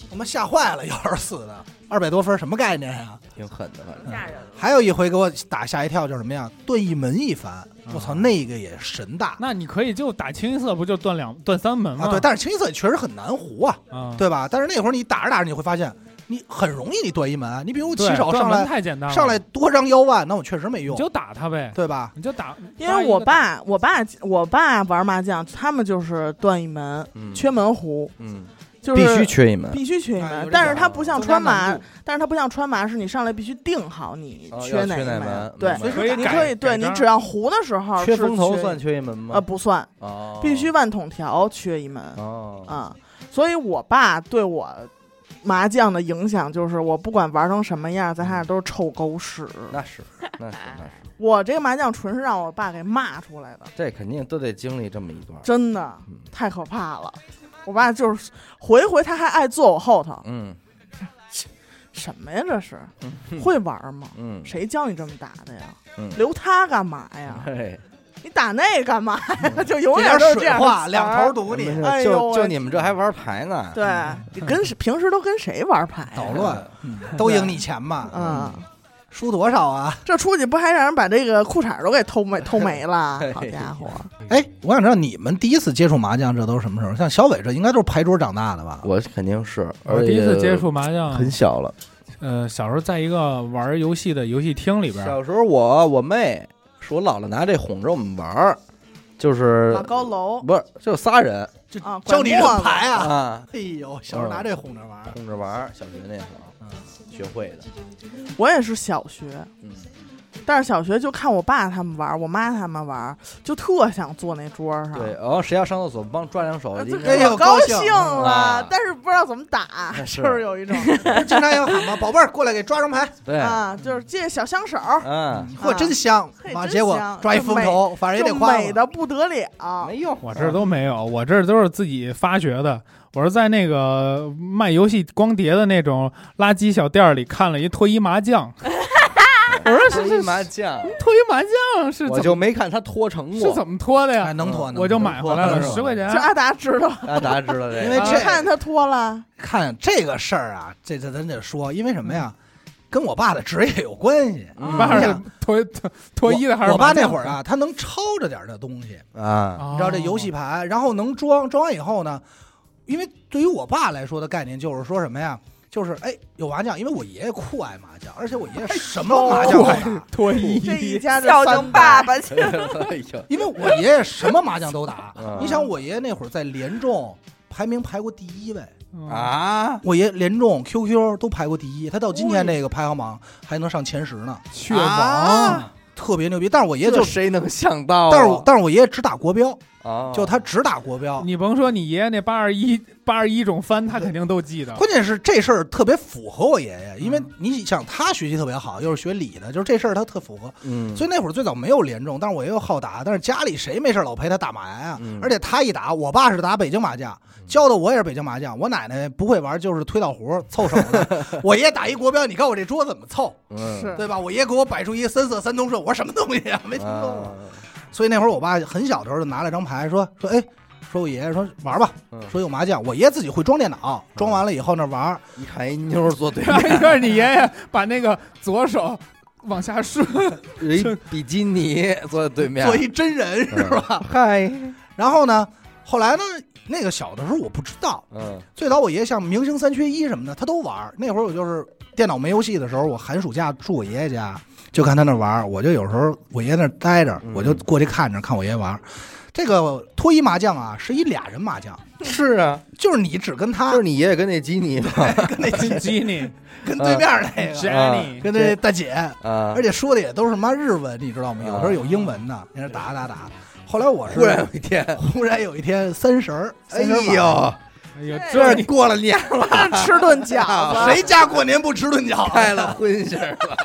我们吓坏了，幺二四的二百多分什么概念呀、挺狠的，反正吓人了。还有一回给我打吓一跳，就是什么呀？对一门一翻，我操，啊那个也神大那你可以就打清一色，不就断两断三门吗？啊！对，但是清一色也确实很难胡啊，啊，对吧？但是那会儿你打着打着，你会发现你很容易你对一门，啊你比如对，起手断上门来太简单了，上来多张幺万，那我确实没你用，就打他呗，对吧？你就打，因为我爸，我爸，我爸玩麻将，他们就是断一门，嗯缺门胡，嗯，就是必须缺一门，必须缺一哎有门这，但是个他不像川麻增加难度，但是他不像川麻是你上来必须定好你哦缺要缺一哪门嗯对明白，可以你改可以对改你章只要胡的时候缺是风头缺算缺一门吗呃？不算，哦，必须万筒条缺一门哦，啊，所以我爸对我。麻将的影响就是，我不管玩成什么样，咱俩都是臭狗屎。那是那是那是，我这个麻将纯是让我爸给骂出来的，这肯定都得经历这么一段，真的嗯太可怕了。我爸就是回回他还爱坐我后头，嗯什么呀？这是嗯会玩吗？嗯，谁教你这么打的呀？嗯留他干嘛呀？嘿。你打那干嘛呀？就永远点都是这水样的话，词两儿头堵 你，哎呦就我就你们这还玩牌呢？哎对，你跟谁平时都跟谁玩牌啊呀？捣乱，都赢你钱嘛， 嗯，输多少啊？这出去不还让人把这个裤衩儿都给偷没偷 没了嘿？好家伙，哎，我想知道你们第一次接触麻将这都是什么时候？像小伟这应该都是牌桌长大的吧？我肯定是，我第一次接触啊麻将，很小了。呃，小时候在一个玩游戏的游戏厅里边儿，小时候我我妹是我姥姥拿这哄着我们玩儿，就是老高楼不是就仨人嗯这啊教你管认磨子牌啊！啊，哎呦，小时嗯候拿这哄着玩 儿，哄着玩儿。小学那会儿嗯，学会的，我也是小学，嗯，但是小学就看我爸他们玩儿，我妈他们玩儿，就特想坐那桌儿上。对。然后谁要上厕所，帮抓两手啊，应就哎该呦可高高兴了啊，但是不知道怎么打，是就是有一 种经常要喊嘛，宝贝儿过来给抓张牌，对，啊，就是借小香手儿，嗯，嚯，真香！嘿完真结果香抓一风头，反正也就得夸美我。的不得了。没用，我这儿都没有，我这儿都是自己发掘的。我是在那个 卖游戏光碟的那种垃圾小店儿里看了一脱衣麻将，我说是推是麻将，推麻将是我怎就没看他拖成么是过。怎么拖的哎，呀？能拖，嗯能我就拖买回来了，能拖十块钱就。阿达知道，啊，大家知道这个，因为你这看他脱了，看这个事儿啊，这这咱得说，因为什么呀？跟我爸的职业有关系。嗯你爸你是想脱脱脱衣的还是我麻爸将那会儿啊，他能抄着点儿这东西， 啊，哦你知道这游戏盘，然后能装，装完以后呢，因为对于我爸来说的概念就是说什么呀？就是哎，有麻将，因为我爷爷酷爱麻将，而且我爷爷哎什么麻将都打，脱哎衣这一家就孝三敬代爸，爸嗯去。哎呦，因为我爷爷什么麻将都打嗯。你想，我爷爷那会儿在联众排名排过第一位，啊，啊，我爷联众、QQ 都排过第一，他到今天这个排行榜还能上前十呢，雀啊王特别牛逼。但是我爷爷这就，谁能想到啊？但是我但是我爷爷只打国标，啊，就他只打国标。你甭说你爷爷那八十一八十一种翻，他肯定都记 得。关键是这事儿特别符合我爷爷，因为嗯你想他学习特别好，又是学理的，就是这事儿他特符合。嗯，所以那会儿最早没有联众，但是我爷爷好打，但是家里谁没事老陪他打麻呀嗯？而且他一打，我爸是打北京麻将，教的我也是北京麻将。我奶奶不会玩，就是推倒胡凑手的。我爷打一国标，你告诉我这桌怎么凑？嗯是对吧？我爷给我摆出一个三色三通顺，我什么东西啊？没听懂。啊所以那会儿我爸很小的时候就拿了张牌，说说哎，说我爷爷说玩吧嗯，说有麻将，我爷爷自己会装电脑，装完了以后那玩儿，一看一妞儿坐对面，一个是你爷爷把那个左手往下顺，有一比基尼坐在对面，嗯做一真人是吧？ 嗨，然后呢，后来呢，那个小的时候我不知道，嗯最早我爷爷像明星三缺一什么的他都玩儿。那会儿我就是电脑没游戏的时候，我寒暑假住我爷爷家，就看他那玩儿，我就有时候我爷爷那儿待着，嗯我就过去看着看我爷爷玩儿。这个脱衣麻将啊，是一俩人麻将，是啊，就是你只跟他就是你爷爷跟那基尼嘛，跟 那啊跟基尼、跟对面那个，嗯 Jenny， 跟那大姐，啊而，且说的也都是妈日文，你知道吗？有时候有英文的，在那打打打。后来我是嗯忽然有一天，忽然有一天三十儿，哎三十儿晚上呦，哎呦，对这这你过了年了， 吃顿饺子，谁家过年不吃顿饺开子？了荤腥了，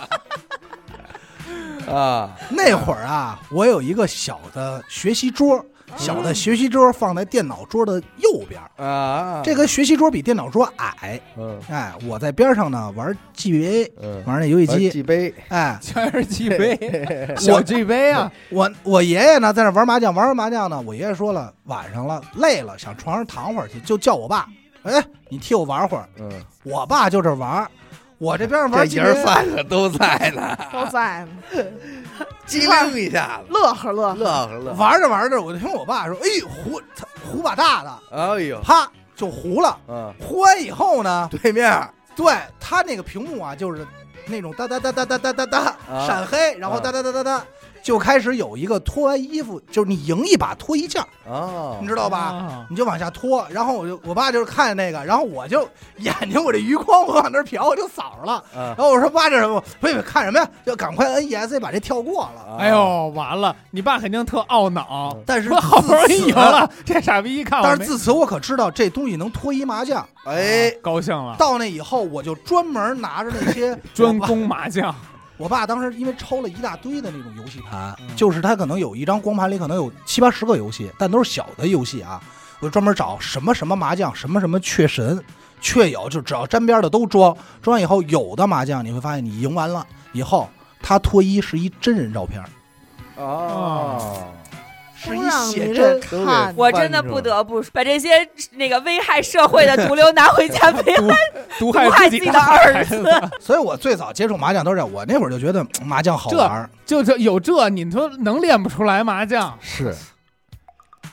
啊，那会儿啊，我有一个小的学习桌，小的学习桌放在电脑桌的右边儿。啊，这个学习桌比电脑桌矮，嗯哎，我在边上呢玩 GBA，嗯，玩那游戏玩机，几杯，哎，全是 G 杯，小 G 杯啊，我我爷爷呢在那玩麻将，玩完麻将呢，我爷爷说了晚上了累了，想床上躺会儿去，就叫我爸，哎，你替我玩会儿。 嗯，我爸就这玩儿，我这边上玩这儿爷几儿天仨可都在呢， 都在呢，机灵一下子，乐呵乐呵。乐呵乐呵，玩着玩着，我就听我爸说：“哎，胡他胡把大的，哎呦，啪就胡了。嗯，胡完以后呢，对面儿，对他那个屏幕啊，就是那种哒哒哒哒哒哒哒哒啊闪黑，然后啊哒哒哒哒哒，就开始有一个脱完衣服，就是你赢一把脱衣件儿，哦，你知道吧？啊？你就往下拖，然后我就我爸就是看那个，然后我就眼睛我这余光我往那儿瞟，我就扫着了。嗯然，后我说爸，这什么？不不看什么呀？就赶快 NESC 把这跳过了。啊哎，呦，完了，你爸肯定特懊恼，但是说 好 E 不 容易嗯自赢此了，这傻逼一看我但没是自此我可知道这东西能脱衣麻将。哎，高兴了，到那以后，我就专门拿着那些 专我爸。攻麻将，我爸当时因为抽了一大堆的那种游戏盘嗯，就是他可能有一张光盘里可能有七八十个游戏，但都是小的游戏啊。我就专门找什么什么麻将，什么什么雀神、雀友，就只要沾边的都装。装完以后，有的麻将你会发现，你赢完了以后，他脱衣是一真人照片，哦，是一让写你真这。都给看，我真的不得不把这些那个危害社会的毒瘤拿回家为毒毒毒害害自己己的儿子。子，所以我最早接触麻将都是这样我那会儿就觉得嗯麻将好这玩儿，就这有这，你说能练不出来麻将？是。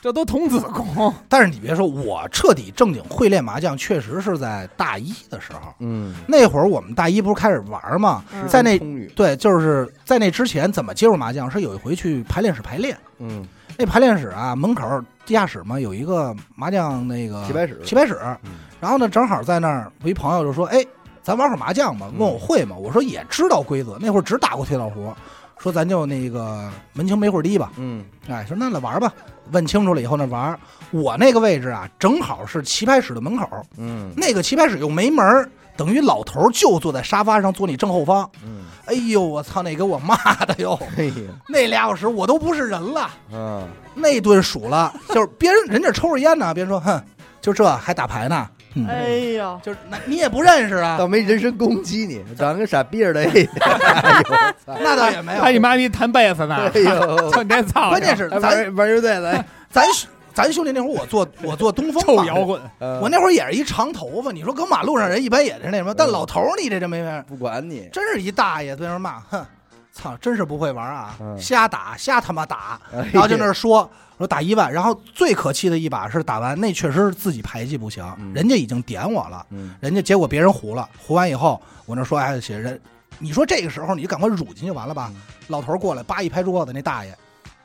这都童子功，但是你别说，我彻底正经会练麻将，确实是在大一的时候。嗯，那会儿我们大一不是开始玩吗？嗯在那通语，对，就是在那之前怎么接触麻将？是有一回去排练室排练，嗯，那排练室啊门口地下室嘛有一个麻将那个棋牌室棋牌室嗯。然后呢，正好在那儿，我一朋友就说：“哎，咱玩会儿麻将吧？”嗯问我会吗？我说也知道规则，那会儿只打过推倒胡。说咱就那个门清没会儿低吧，嗯，哎，说那来玩吧，问清楚了以后那玩儿。我那个位置啊，正好是棋牌室的门口，嗯，那个棋牌室又没门儿，等于老头儿就坐在沙发上，坐你正后方。嗯，哎呦，我操，那给我骂的哟！哎呀，那俩小时我都不是人了，嗯，那顿数了，就是别人人家抽着烟呢，别人说，哼，就这还打牌呢，哎呦，就是那你也不认识 啊，倒没人身攻击你，长得跟傻逼似的。哎呦我操那倒也没有。他哎你妈逼弹贝斯呢哎！ 呦，操你这操！关键是哎咱玩玩乐队来，咱咱兄弟那会儿，我做我做东风臭嘛摇滚，呃我那会儿也是一长头发，你说搁马路上人一般也是那什么，但嗯老头儿你这真没法儿，不管你，真是一大爷对那儿骂，哼，操，真是不会玩儿啊，嗯瞎打，瞎他妈打，然 然后就那儿说说打一万，然后最可气的一把是打完那确实是自己排技不行，嗯人家已经点我了，嗯，人家结果别人胡了，胡完以后我那说哎写人，你说这个时候你就赶快辱进去完了吧，嗯老头儿过来叭一拍桌子，那大爷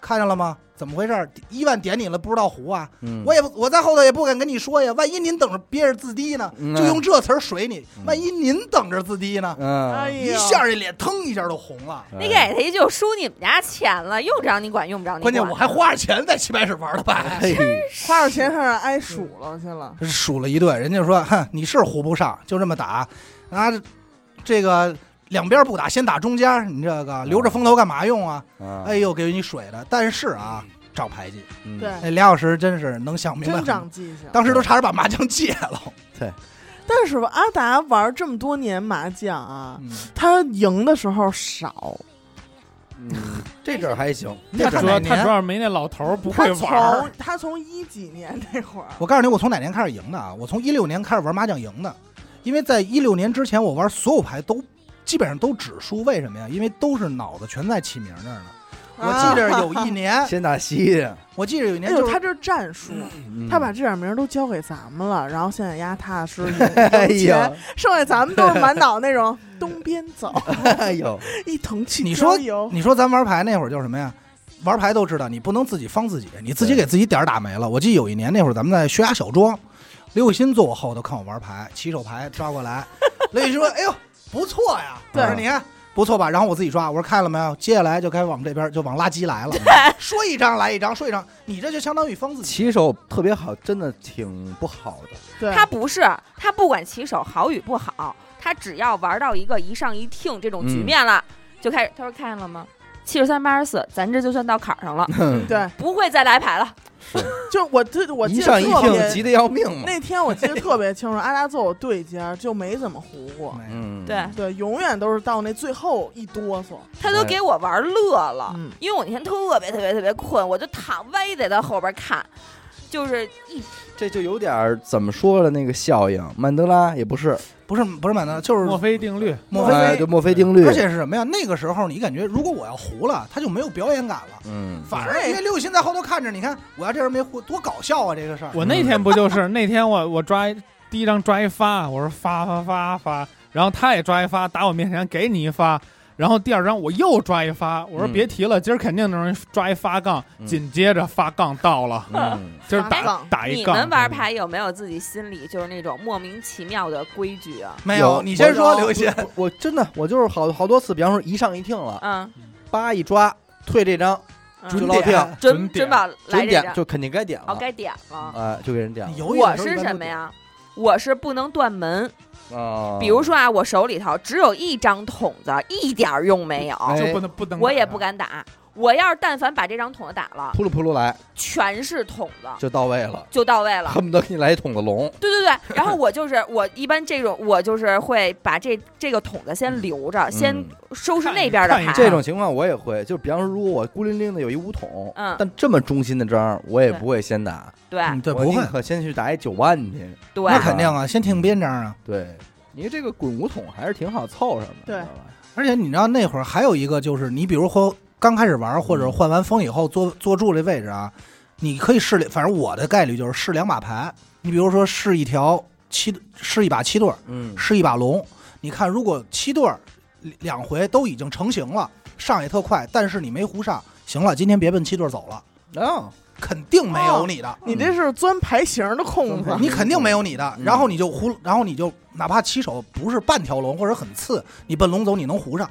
看见了吗？怎么回事儿？一万点你了，不知道胡啊？嗯我也不我在后头也不敢跟你说呀，万一您等着憋着自低呢，嗯就用这词儿水你嗯；万一您等着自低呢，哎嗯，一呦，下这脸腾一下就红了。你给他一句输你们家钱了，用不着你管，用不着你关管。键我还花着钱在棋牌室玩了吧，嘿花着钱上那儿挨数了去了。数了一顿，人家说哼，你是胡不上，就这么打，啊，这个两边不打，先打中间，你这个留着风头干嘛用啊？啊哎，呦，给你水的，但是啊，长牌技，嗯对，那俩小时真是能想哎明白真很长多，记性。当时都差点把麻将戒了。但是吧，阿达玩这么多年麻将啊，嗯他赢的时候少，嗯，这阵儿还行，他那主要他主要是没那老头儿不会他玩儿从。他从一几年那会儿，我告诉你，我从哪年开始赢的啊？我从一六年开始玩麻将赢的，因为在一六年之前，我玩所有牌都基本上都只输，为什么呀？因为都是脑子全在起名那儿呢。我记啊着有一年，先打西的，我记着有一哎年就呦，是他这是战术，嗯他把这点名儿都交给咱们了，然后现在丫踏实实 哎 呦赢钱，，剩下咱们都是满脑那种东边走，哎呦， 一同去你说郊游你说咱玩牌那会儿就是什么呀？玩牌都知道，你不能自己方自己，你自己给自己点儿打没了。我记得有一年那会儿，咱们在悬崖小庄，刘雨欣坐我后头看我玩牌，起手牌抓过 来，刘雨欣说：“哎呦，不错呀！”对我说：“你看不错吧？”然后我自己抓，我说：“看了没有？”接下来就该往这边就往垃圾来了，说一张来一张，说一张，你这就相当于方自己。骑手特别好，真的挺不好的。对，他不是，他不管棋手好与不好，他只要玩到一个一上一听这种局嗯面了，就开始。他说看见了吗？七十三八十四，咱这就算到坎儿上嗯了，对，不会再来牌了。就是我这我一记上得一特听，急得别。要命嘛。 那天我记得特别清楚，阿达坐我对家就没怎么胡过，嗯，对，对，永远都是到那最后一哆嗦，他都对给我玩乐了，嗯因为我那天特别特别特别困，我就躺歪在他后边看，就是一这就有点儿怎么说了那个效应，曼德拉也不是，不是不是满的，就是墨菲定律，莫哎非就墨菲定律而。且是什么呀？那个时候你感觉，如果我要胡了，他就没有表演感了。嗯，反而因为刘雨欣在后头看着，你看我要这人没胡，多搞笑啊！这个事儿，我那天不就是那天我我抓一第一张抓一发，我说发发发发，然后他也抓一发，打我面前给你一发，然后第二张我又抓一发，我说嗯别提了，今儿肯定能抓一发杠，嗯紧接着发杠到了， 嗯，就是发打杠打一你杠。嗯们玩牌有没有自己心里就是那种莫名其妙的规矩啊？没有，你先说，刘雨欣。我我真的我就是好好多次，比方说一上一听了，嗯，八一抓退这张，嗯就老点跳，准准点准把来准这点张，就肯定该点哦，了，该点了。哎，就给人点你了犹豫我的时候是一般什都么？呀？我是不能断门，啊。比如说啊，我手里头只有一张筒子，一点儿用没有，哎就不能不能，我也不。敢打。我要是但凡把这张筒子打了，扑噜扑噜来全是筒子就到位了，就到 位了。恨不得给你来一桶子龙。对对对，然后我就是我一般这种我就是会把这这个筒子先留着，先啊嗯收拾那边的看一牌。看一这种情况我也会，就比方说，如果我孤零零的有一五桶，嗯但这么中心的张我也对不会先打，对嗯，对，我不会宁，可先去打一九万去。对那肯定啊，先听边章啊。对，你这个滚五桶还是挺好凑上的，对知道吧而且你知道那会儿还有一个就是，你比如说刚开始玩或者换完风以后坐坐住这位置啊，你可以试两，反正我的概率就是试两把牌。你比如说试一条七，试一把七对儿，嗯试一把龙。你看，如果七对儿两回都已经成型了，上也特快，但是你没胡上，行了，今天别奔七对儿走了，啊，肯定没有你的。你这是钻牌型的空子钻牌，你肯定没有你的，啊嗯然后你就胡，然后你就哪怕起手不是半条龙或者很次，你奔龙走你能胡上，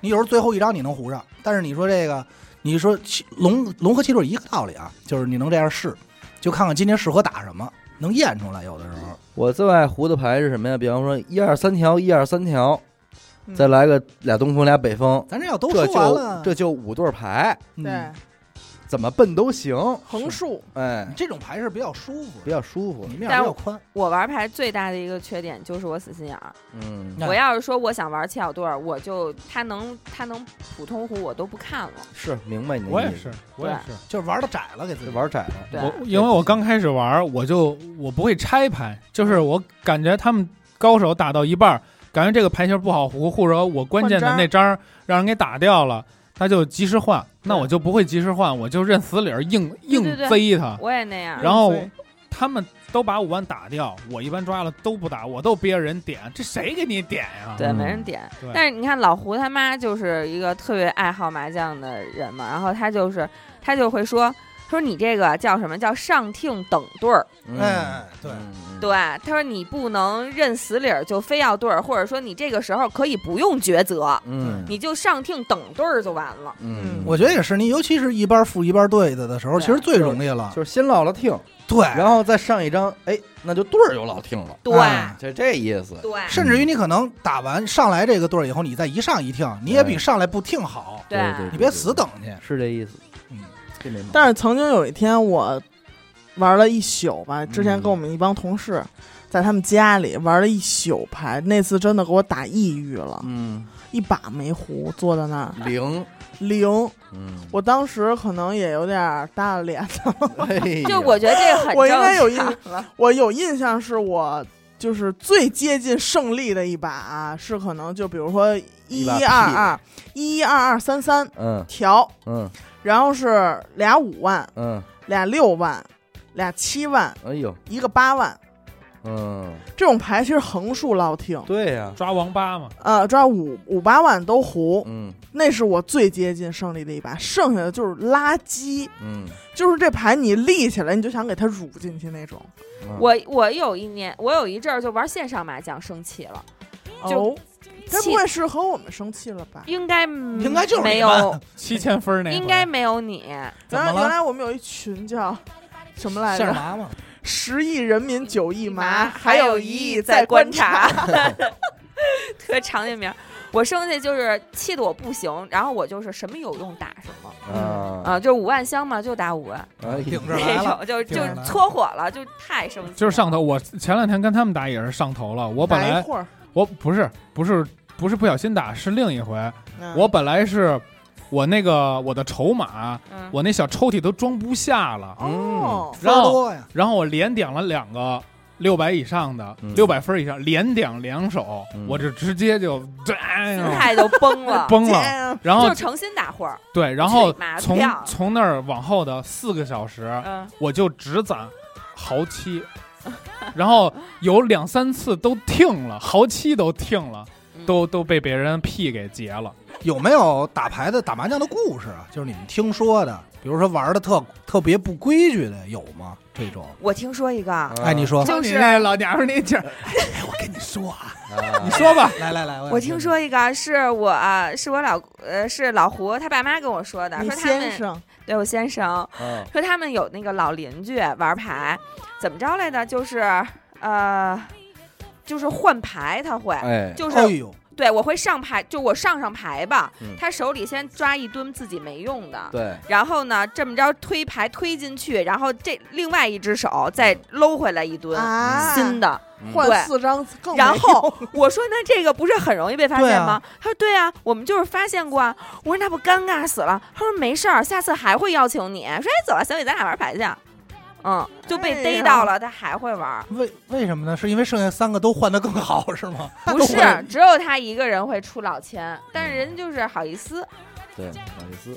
你有时候最后一张你能胡上，但是你说这个，你说七龙龙和七对一个道理啊，就是你能这样试，就看看今天适合打什么，能验出来有的时候。我最爱胡的牌是什么呀？比方说一二三条，一二三条，嗯再来个俩东风俩北风，咱这要都这说完就了，这就五对儿牌，嗯对，怎么笨都行，横竖哎，这种牌是比较舒服比，较舒服你，面儿但比较宽，我玩牌最大的一个缺点就是我死心眼儿。嗯哎那我要是说我想玩七小对儿，我就他能他能普通胡我都不看了。是明白你的我也意思是，我也是。就是玩的窄了给自己这。玩窄了，对我因为我刚开始玩儿，我就我不会拆牌，就是我感觉他们高手打到一半儿，感觉这个牌型不好胡，或者我关键的换那张儿让人给打掉了，他就及时换，那对我就不会及时换，我就认死理儿硬硬对对贼他。我也那样。然后对他们都把五万打掉，我一般抓了都不打，我都憋着人点，这谁给你点呀？对，嗯没人点对。但是你看老胡他妈就是一个特别爱好麻将的人嘛，然后他就是他就会说，他说你这个叫什么叫上听等对儿，嗯哎对嗯对，他说你不能认死理儿就非要对儿，或者说你这个时候可以不用抉择，嗯你就上听等对儿就完了。嗯，我觉得也是，你尤其是一班副一班对的的时候，对其实最容易了。啊就是先落了听，对，然后再上一张，哎，那就对儿有老听了，对、哎就这意思，对甚至于你可能打完上来这个对儿以后，你再一上一听，你也比对上来不听好，对对你别死等去。是这意思，嗯，这没毛病。但是曾经有一天我玩了一宿吧，之前跟我们一帮同事在他们家里玩了一宿牌，那次真的给我打抑郁了，嗯，一把没胡，坐在那儿零，零。嗯，我当时可能也有点大了脸，哎呀就我觉得这个很我应该有正常了。我有印象是我。就是最接近胜利的一把、啊，是可能就比如说一一一把屁二二一一二二三三嗯调，嗯然后是俩五万，嗯，俩六万，俩七万，哎呦，一个八万，嗯，这种牌其实横竖捞挺，对呀，抓王八嘛，呃，抓五五八万都胡，嗯那是我最接近胜利的一把，剩下的就是垃圾，嗯，就是这牌你立起来你就想给它辱进去那种。嗯我我有一年，我有一阵儿就玩线上麻将生气了，就哦，该不气会是和我们生气了吧？应该应应该就是没你吧 有，七千分儿那应回该没有你。怎原么来原了？来我们有一群叫什么来馅儿着？麻嘛，十亿人民九亿麻，还有有一一亿在在观察。 特长那名儿。我生下就是气得我不行，然后我就是什么有用打什么啊啊，就是五万箱嘛，就打五万，哎呀顶着那来了。种 就就顶着来了搓火了，就太生气了，就是上头。我前两天跟他们打也是上头了，我本哪一来会儿，我不是不是不是不小心打，是另一回。嗯我本来是我那个我的筹码，嗯我那小抽屉都装不下了，哦，分儿多呀，然后我连点了两个六百以上的嗯，六百分以上连点两手嗯，我就直接就嗯这哎心呦态就崩了， 崩了。了，然就后是诚心打混儿，对，然后去买从票从那儿往后的四个小时，嗯，我就只攒豪 七，然后有两三次都停了，豪七都停了，嗯都都被别人屁给劫了。有没有打牌的、打麻将的故事啊？就是你们听说的，比如说玩的特特别不规矩的，有吗？这种？我听说一个，啊哎，你，说，就是你那老娘们儿那劲儿，哎，我跟你说啊，啊你说吧， 来来来，嗯我听说一个是我啊是我老呃是老胡他爸妈跟我说的，你说他先们生对我先生 啊说他们有那个老邻居玩牌，怎么着来的，就是呃就是换牌他会。哎，就是哎呦，对，我会上牌，就我上上牌吧。嗯他手里先抓一吨自己没用的，对，然后呢，这么着推牌推进去，然后这另外一只手再搂回来一吨、啊，新的。嗯换四张 更没然后我说：“那这个不是很容易被发对现啊吗？”他说：“对啊，我们就是发现过啊。”我说：“那不尴尬死了？”他说：“没事儿，下次还会邀请你。”说：“哎，走了，小雨，咱俩玩牌去。”嗯，就被哎逮呀到了，他还会玩，为为什么呢？是因为剩下三个都换的更好是吗？不都 是啊换只有他一个人会出老千，但是人家就是好意思，对，马蒂斯，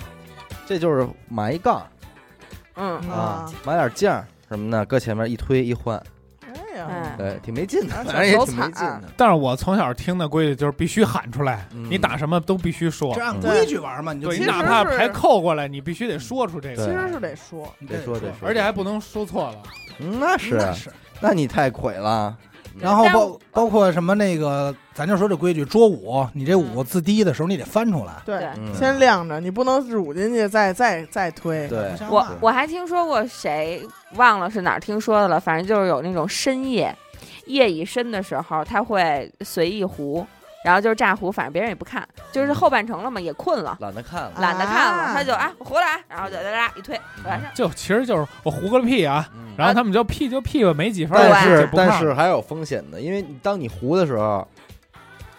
这就是买一杠嗯，有啊啊，，买点酱儿什么的，搁前面一推一换，哎嗯哎呀，对，挺没劲的，哎啊反正也小手挺没劲彩儿的， 但是我从小听的规矩就是必须喊出来，嗯你打什么都必须说这。按对规矩玩嘛，你就对，自你己其实哪怕是牌扣过来，你必须得说出这其个，对实是得说，别说别说而且还不能说错了。嗯那是，那是。那你太亏了，然后但包我包括什么那个，咱就说这规矩，桌五，你这嗯五自低的时候你得翻出来，对对嗯先晾着，你不能乳进去再再再推。对不，像我话我还听说过谁忘了是哪儿听说的了，反正就是有那种深夜，夜已深的时候，他会随意胡，然后就是炸胡，反正别人也不看，就是后半程了嘛，也困了，懒得看了。懒得看了，啊他就啊我回来，然后就哒哒哒一推，完事儿。就其实就是我胡个屁啊，嗯然后他们就屁就屁吧，没几分儿但就是不看了，但是还有风险的，因为你当你糊的时候，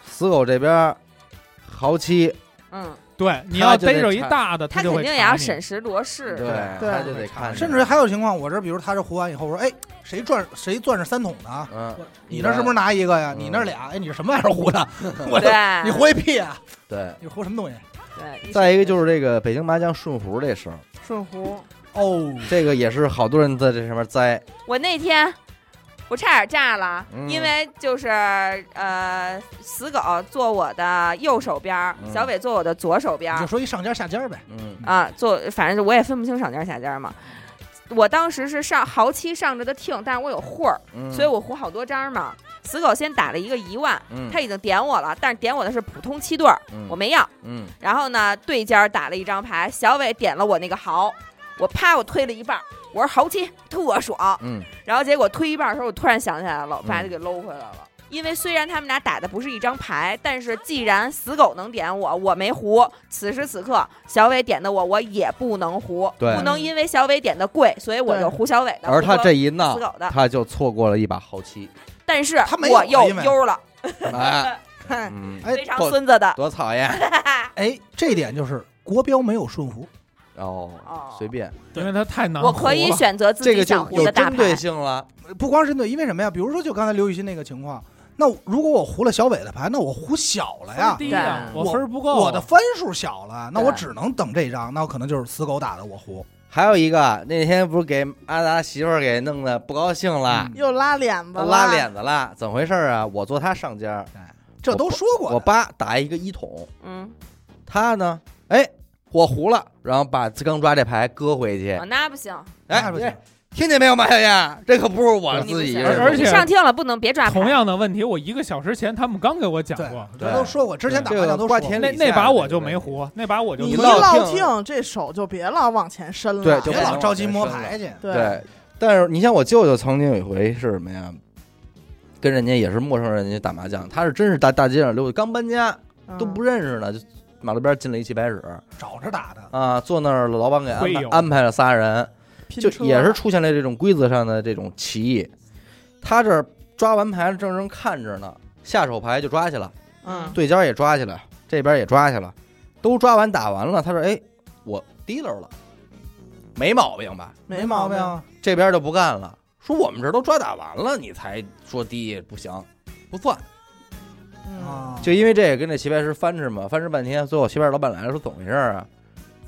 死狗这边豪七，嗯，对你他要就得逮着一查大的，他就肯会定也查要你审时度势。对，对他就得看着，甚至还有情况，我这比如他这胡完以后，我说哎，谁转谁攥着三桶呢啊？嗯，你那是不是拿一个呀？嗯你那俩，哎，你是什么玩意儿胡的？我对这，你胡一屁啊！对？你胡什么东西？对，对，再一个就是是这个北京麻将顺胡这事儿，顺胡，哦，这个也是好多人在这上面栽，我那天。我差点炸了，嗯因为就是呃，死狗坐我的右手边儿，嗯小伟坐我的左手边你儿就，说一上尖下尖呗。嗯啊，做反正我也分不清上尖儿下尖儿嘛。我当时是上豪七上着的听，但是我有混儿，嗯，所以我胡好多张嘛。死狗先打了一个一万，嗯他已经点我了，但是点我的是普通七对儿，嗯我没要。嗯然后呢，对尖儿打了一张牌，小伟点了我那个豪，我啪我推了一半儿，我说豪七特爽。嗯然后结果推一半儿的时候，我突然想起来了，我把嗯他给搂回来了。因为虽然他们俩打的不是一张牌，但是既然死狗能点我，我没胡。此时此刻，小伟点的我，我也不能胡，对不能因为小伟点的贵，所以我就胡小伟的。而他不这啊一胡闹死，狗的，他就错过了一把豪七，但是他没有我啊又因为悠了，哎，嗯，哎非常够孙子的。多讨厌啊哎，这点就是国标没有顺胡，哦哦，随便，因为他太难我可以胡了选择自这己个想就胡有的大针对牌，性了，不光是对，因为什么呀？比如说就刚才刘雨欣那个情况，那如果我胡了小伟的牌，那我胡小了分呀。低呀，对我我分儿不够，我的分数小了，那我对只能等这一张，那我可能就是死狗打的我胡，还有一个，那天不是给阿达媳妇儿给弄的不高兴了，嗯又嗯拉脸子都了，拉脸子了，怎么回事儿啊？我坐他上家儿，这都说过我的。爸打一个一筒，嗯，他呢，哎，我胡了，然后把刚抓这牌搁回去啊，那不行，那哎不行，听见没有，马小燕，这可不是我你不自己行人，而且你上听了不能别抓牌。啊同样的问题，我一个小时前他们刚给我讲对过，，这都说过，之前打麻将都瓜说田过。那李那下把的我那就个没问胡，那把我就你一不胡落了。落听听，这手就别老往前伸了，对哎就别别老老着急摸牌去，对对，但是你像我舅舅曾经有一回是什么呀？跟人家也是陌生人家打麻将，他是真是大大街上溜达，刚搬家嗯都不认识呢，就马路边进了一齐白纸找着打的。啊，坐那儿老板给安会排友安排了仨人，拼就车也是出现了这种规则上的这种歧义。他这儿抓完牌了，正正看着呢，下手牌就抓去了，嗯对角也抓去了，这边也抓去了，都抓完打完了，他说：“哎，我提溜了，没毛病吧？”没毛病，啊，这边就不干了，说我们这都抓打完了，你才说低不行，不算。嗯，就因为这个跟这棋牌师翻吃嘛，翻吃半天，最后棋牌老板来了，说怎么回事儿啊？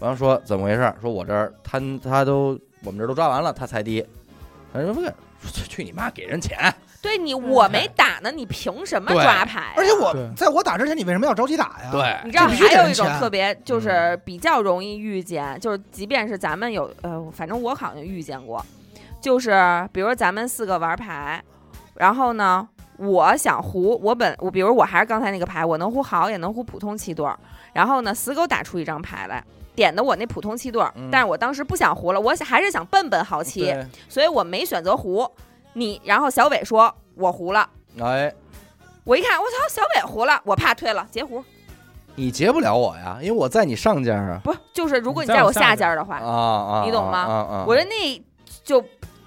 完了说怎么回事儿？说我这儿他他都我们这儿都抓完了，他才低。哎，不是，去去你妈，给人钱！对你，我嗯没打呢，你凭什么抓牌呀？啊而且我对在我打之前，你为什么要着急打呀？，对，你知道这必须得嗯还有人一种钱特别，就是比较容易遇见，就是即便是咱们有呃，反正我好像遇见过，就是比如咱们四个玩牌，然后呢，我想胡，我本我比如我还是刚才那个牌，我能胡好也能胡普通七对儿，然后呢，死狗打出一张牌来。点的我那普通七对儿，嗯但是我当时不想胡了，我想还是想奔奔哦豪七，所以我没选择胡你。然后小伟说我胡了，哎，我一看我操，小伟胡了，我怕推了，截胡。你劫不了我呀，因为我在你上家啊不就是如果你你在在我我下下边家的话，啊啊！你懂吗啊啊！我说那就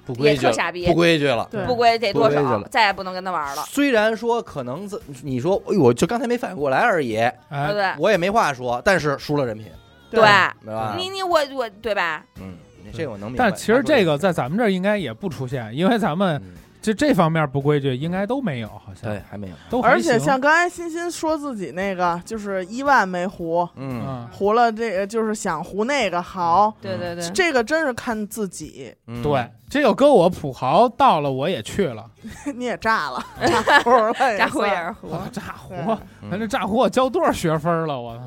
不规也矩了特，傻逼不，规矩了。对哎不归得多不规少矩，了再也不能跟他玩了，虽然说可能自你说，哎呦，我就刚才没反应过来而已，对哎不，对？我也没话说，但是输了人品，对对吧？你你我我对吧？嗯，这个我能明白。但其实这他个在咱们这儿应该也不出现，因为咱说们的，嗯就这方面不规矩，应该都没有，好像对，还没有，都还而且行像刚才欣欣说自己那个，就是一万没胡，嗯嗯，胡了这个就是想胡那个好，对对对这个真是看自己， 嗯对，这要搁我土豪到了我也去了，你也炸了，炸胡了也算，炸胡也是胡，我炸胡，咱这嗯炸胡我交多少学分了我？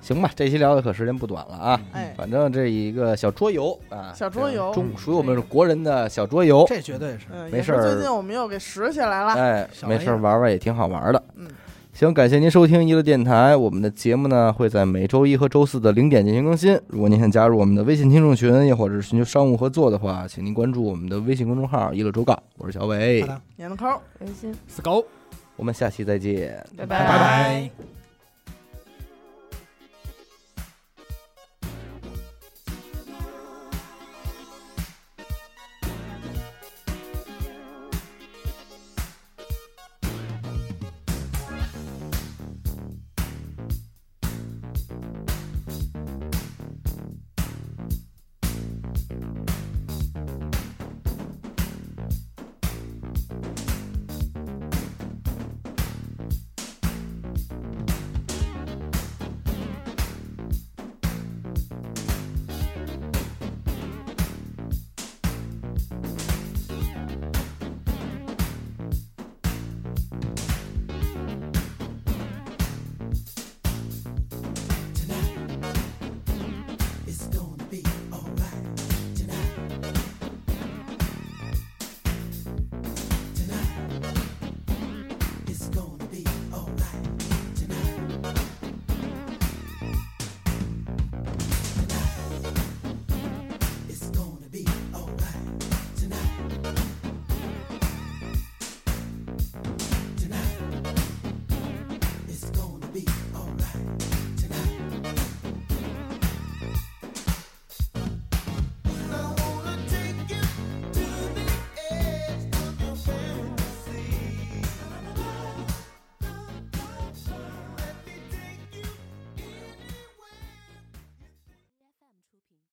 行吧，这期聊的可时间不短了啊，哎，反正这一个小桌游啊，小桌游这中属于我们国人的小桌游，这绝对是。嗯，没也事是儿最近我们又给拾起来了，哎，小玩意没儿事儿玩玩也挺好玩的。嗯，行，感谢您收听娱乐电台。我们的节目呢会在每周一和周四的零点进行更新。如果您想加入我们的微信听众群，又或者是寻求商务合作的话，请您关注我们的微信公众号“娱乐周告”。我是小伟好，的哎年的抠儿。开心。死狗。我们下期再见。拜拜拜。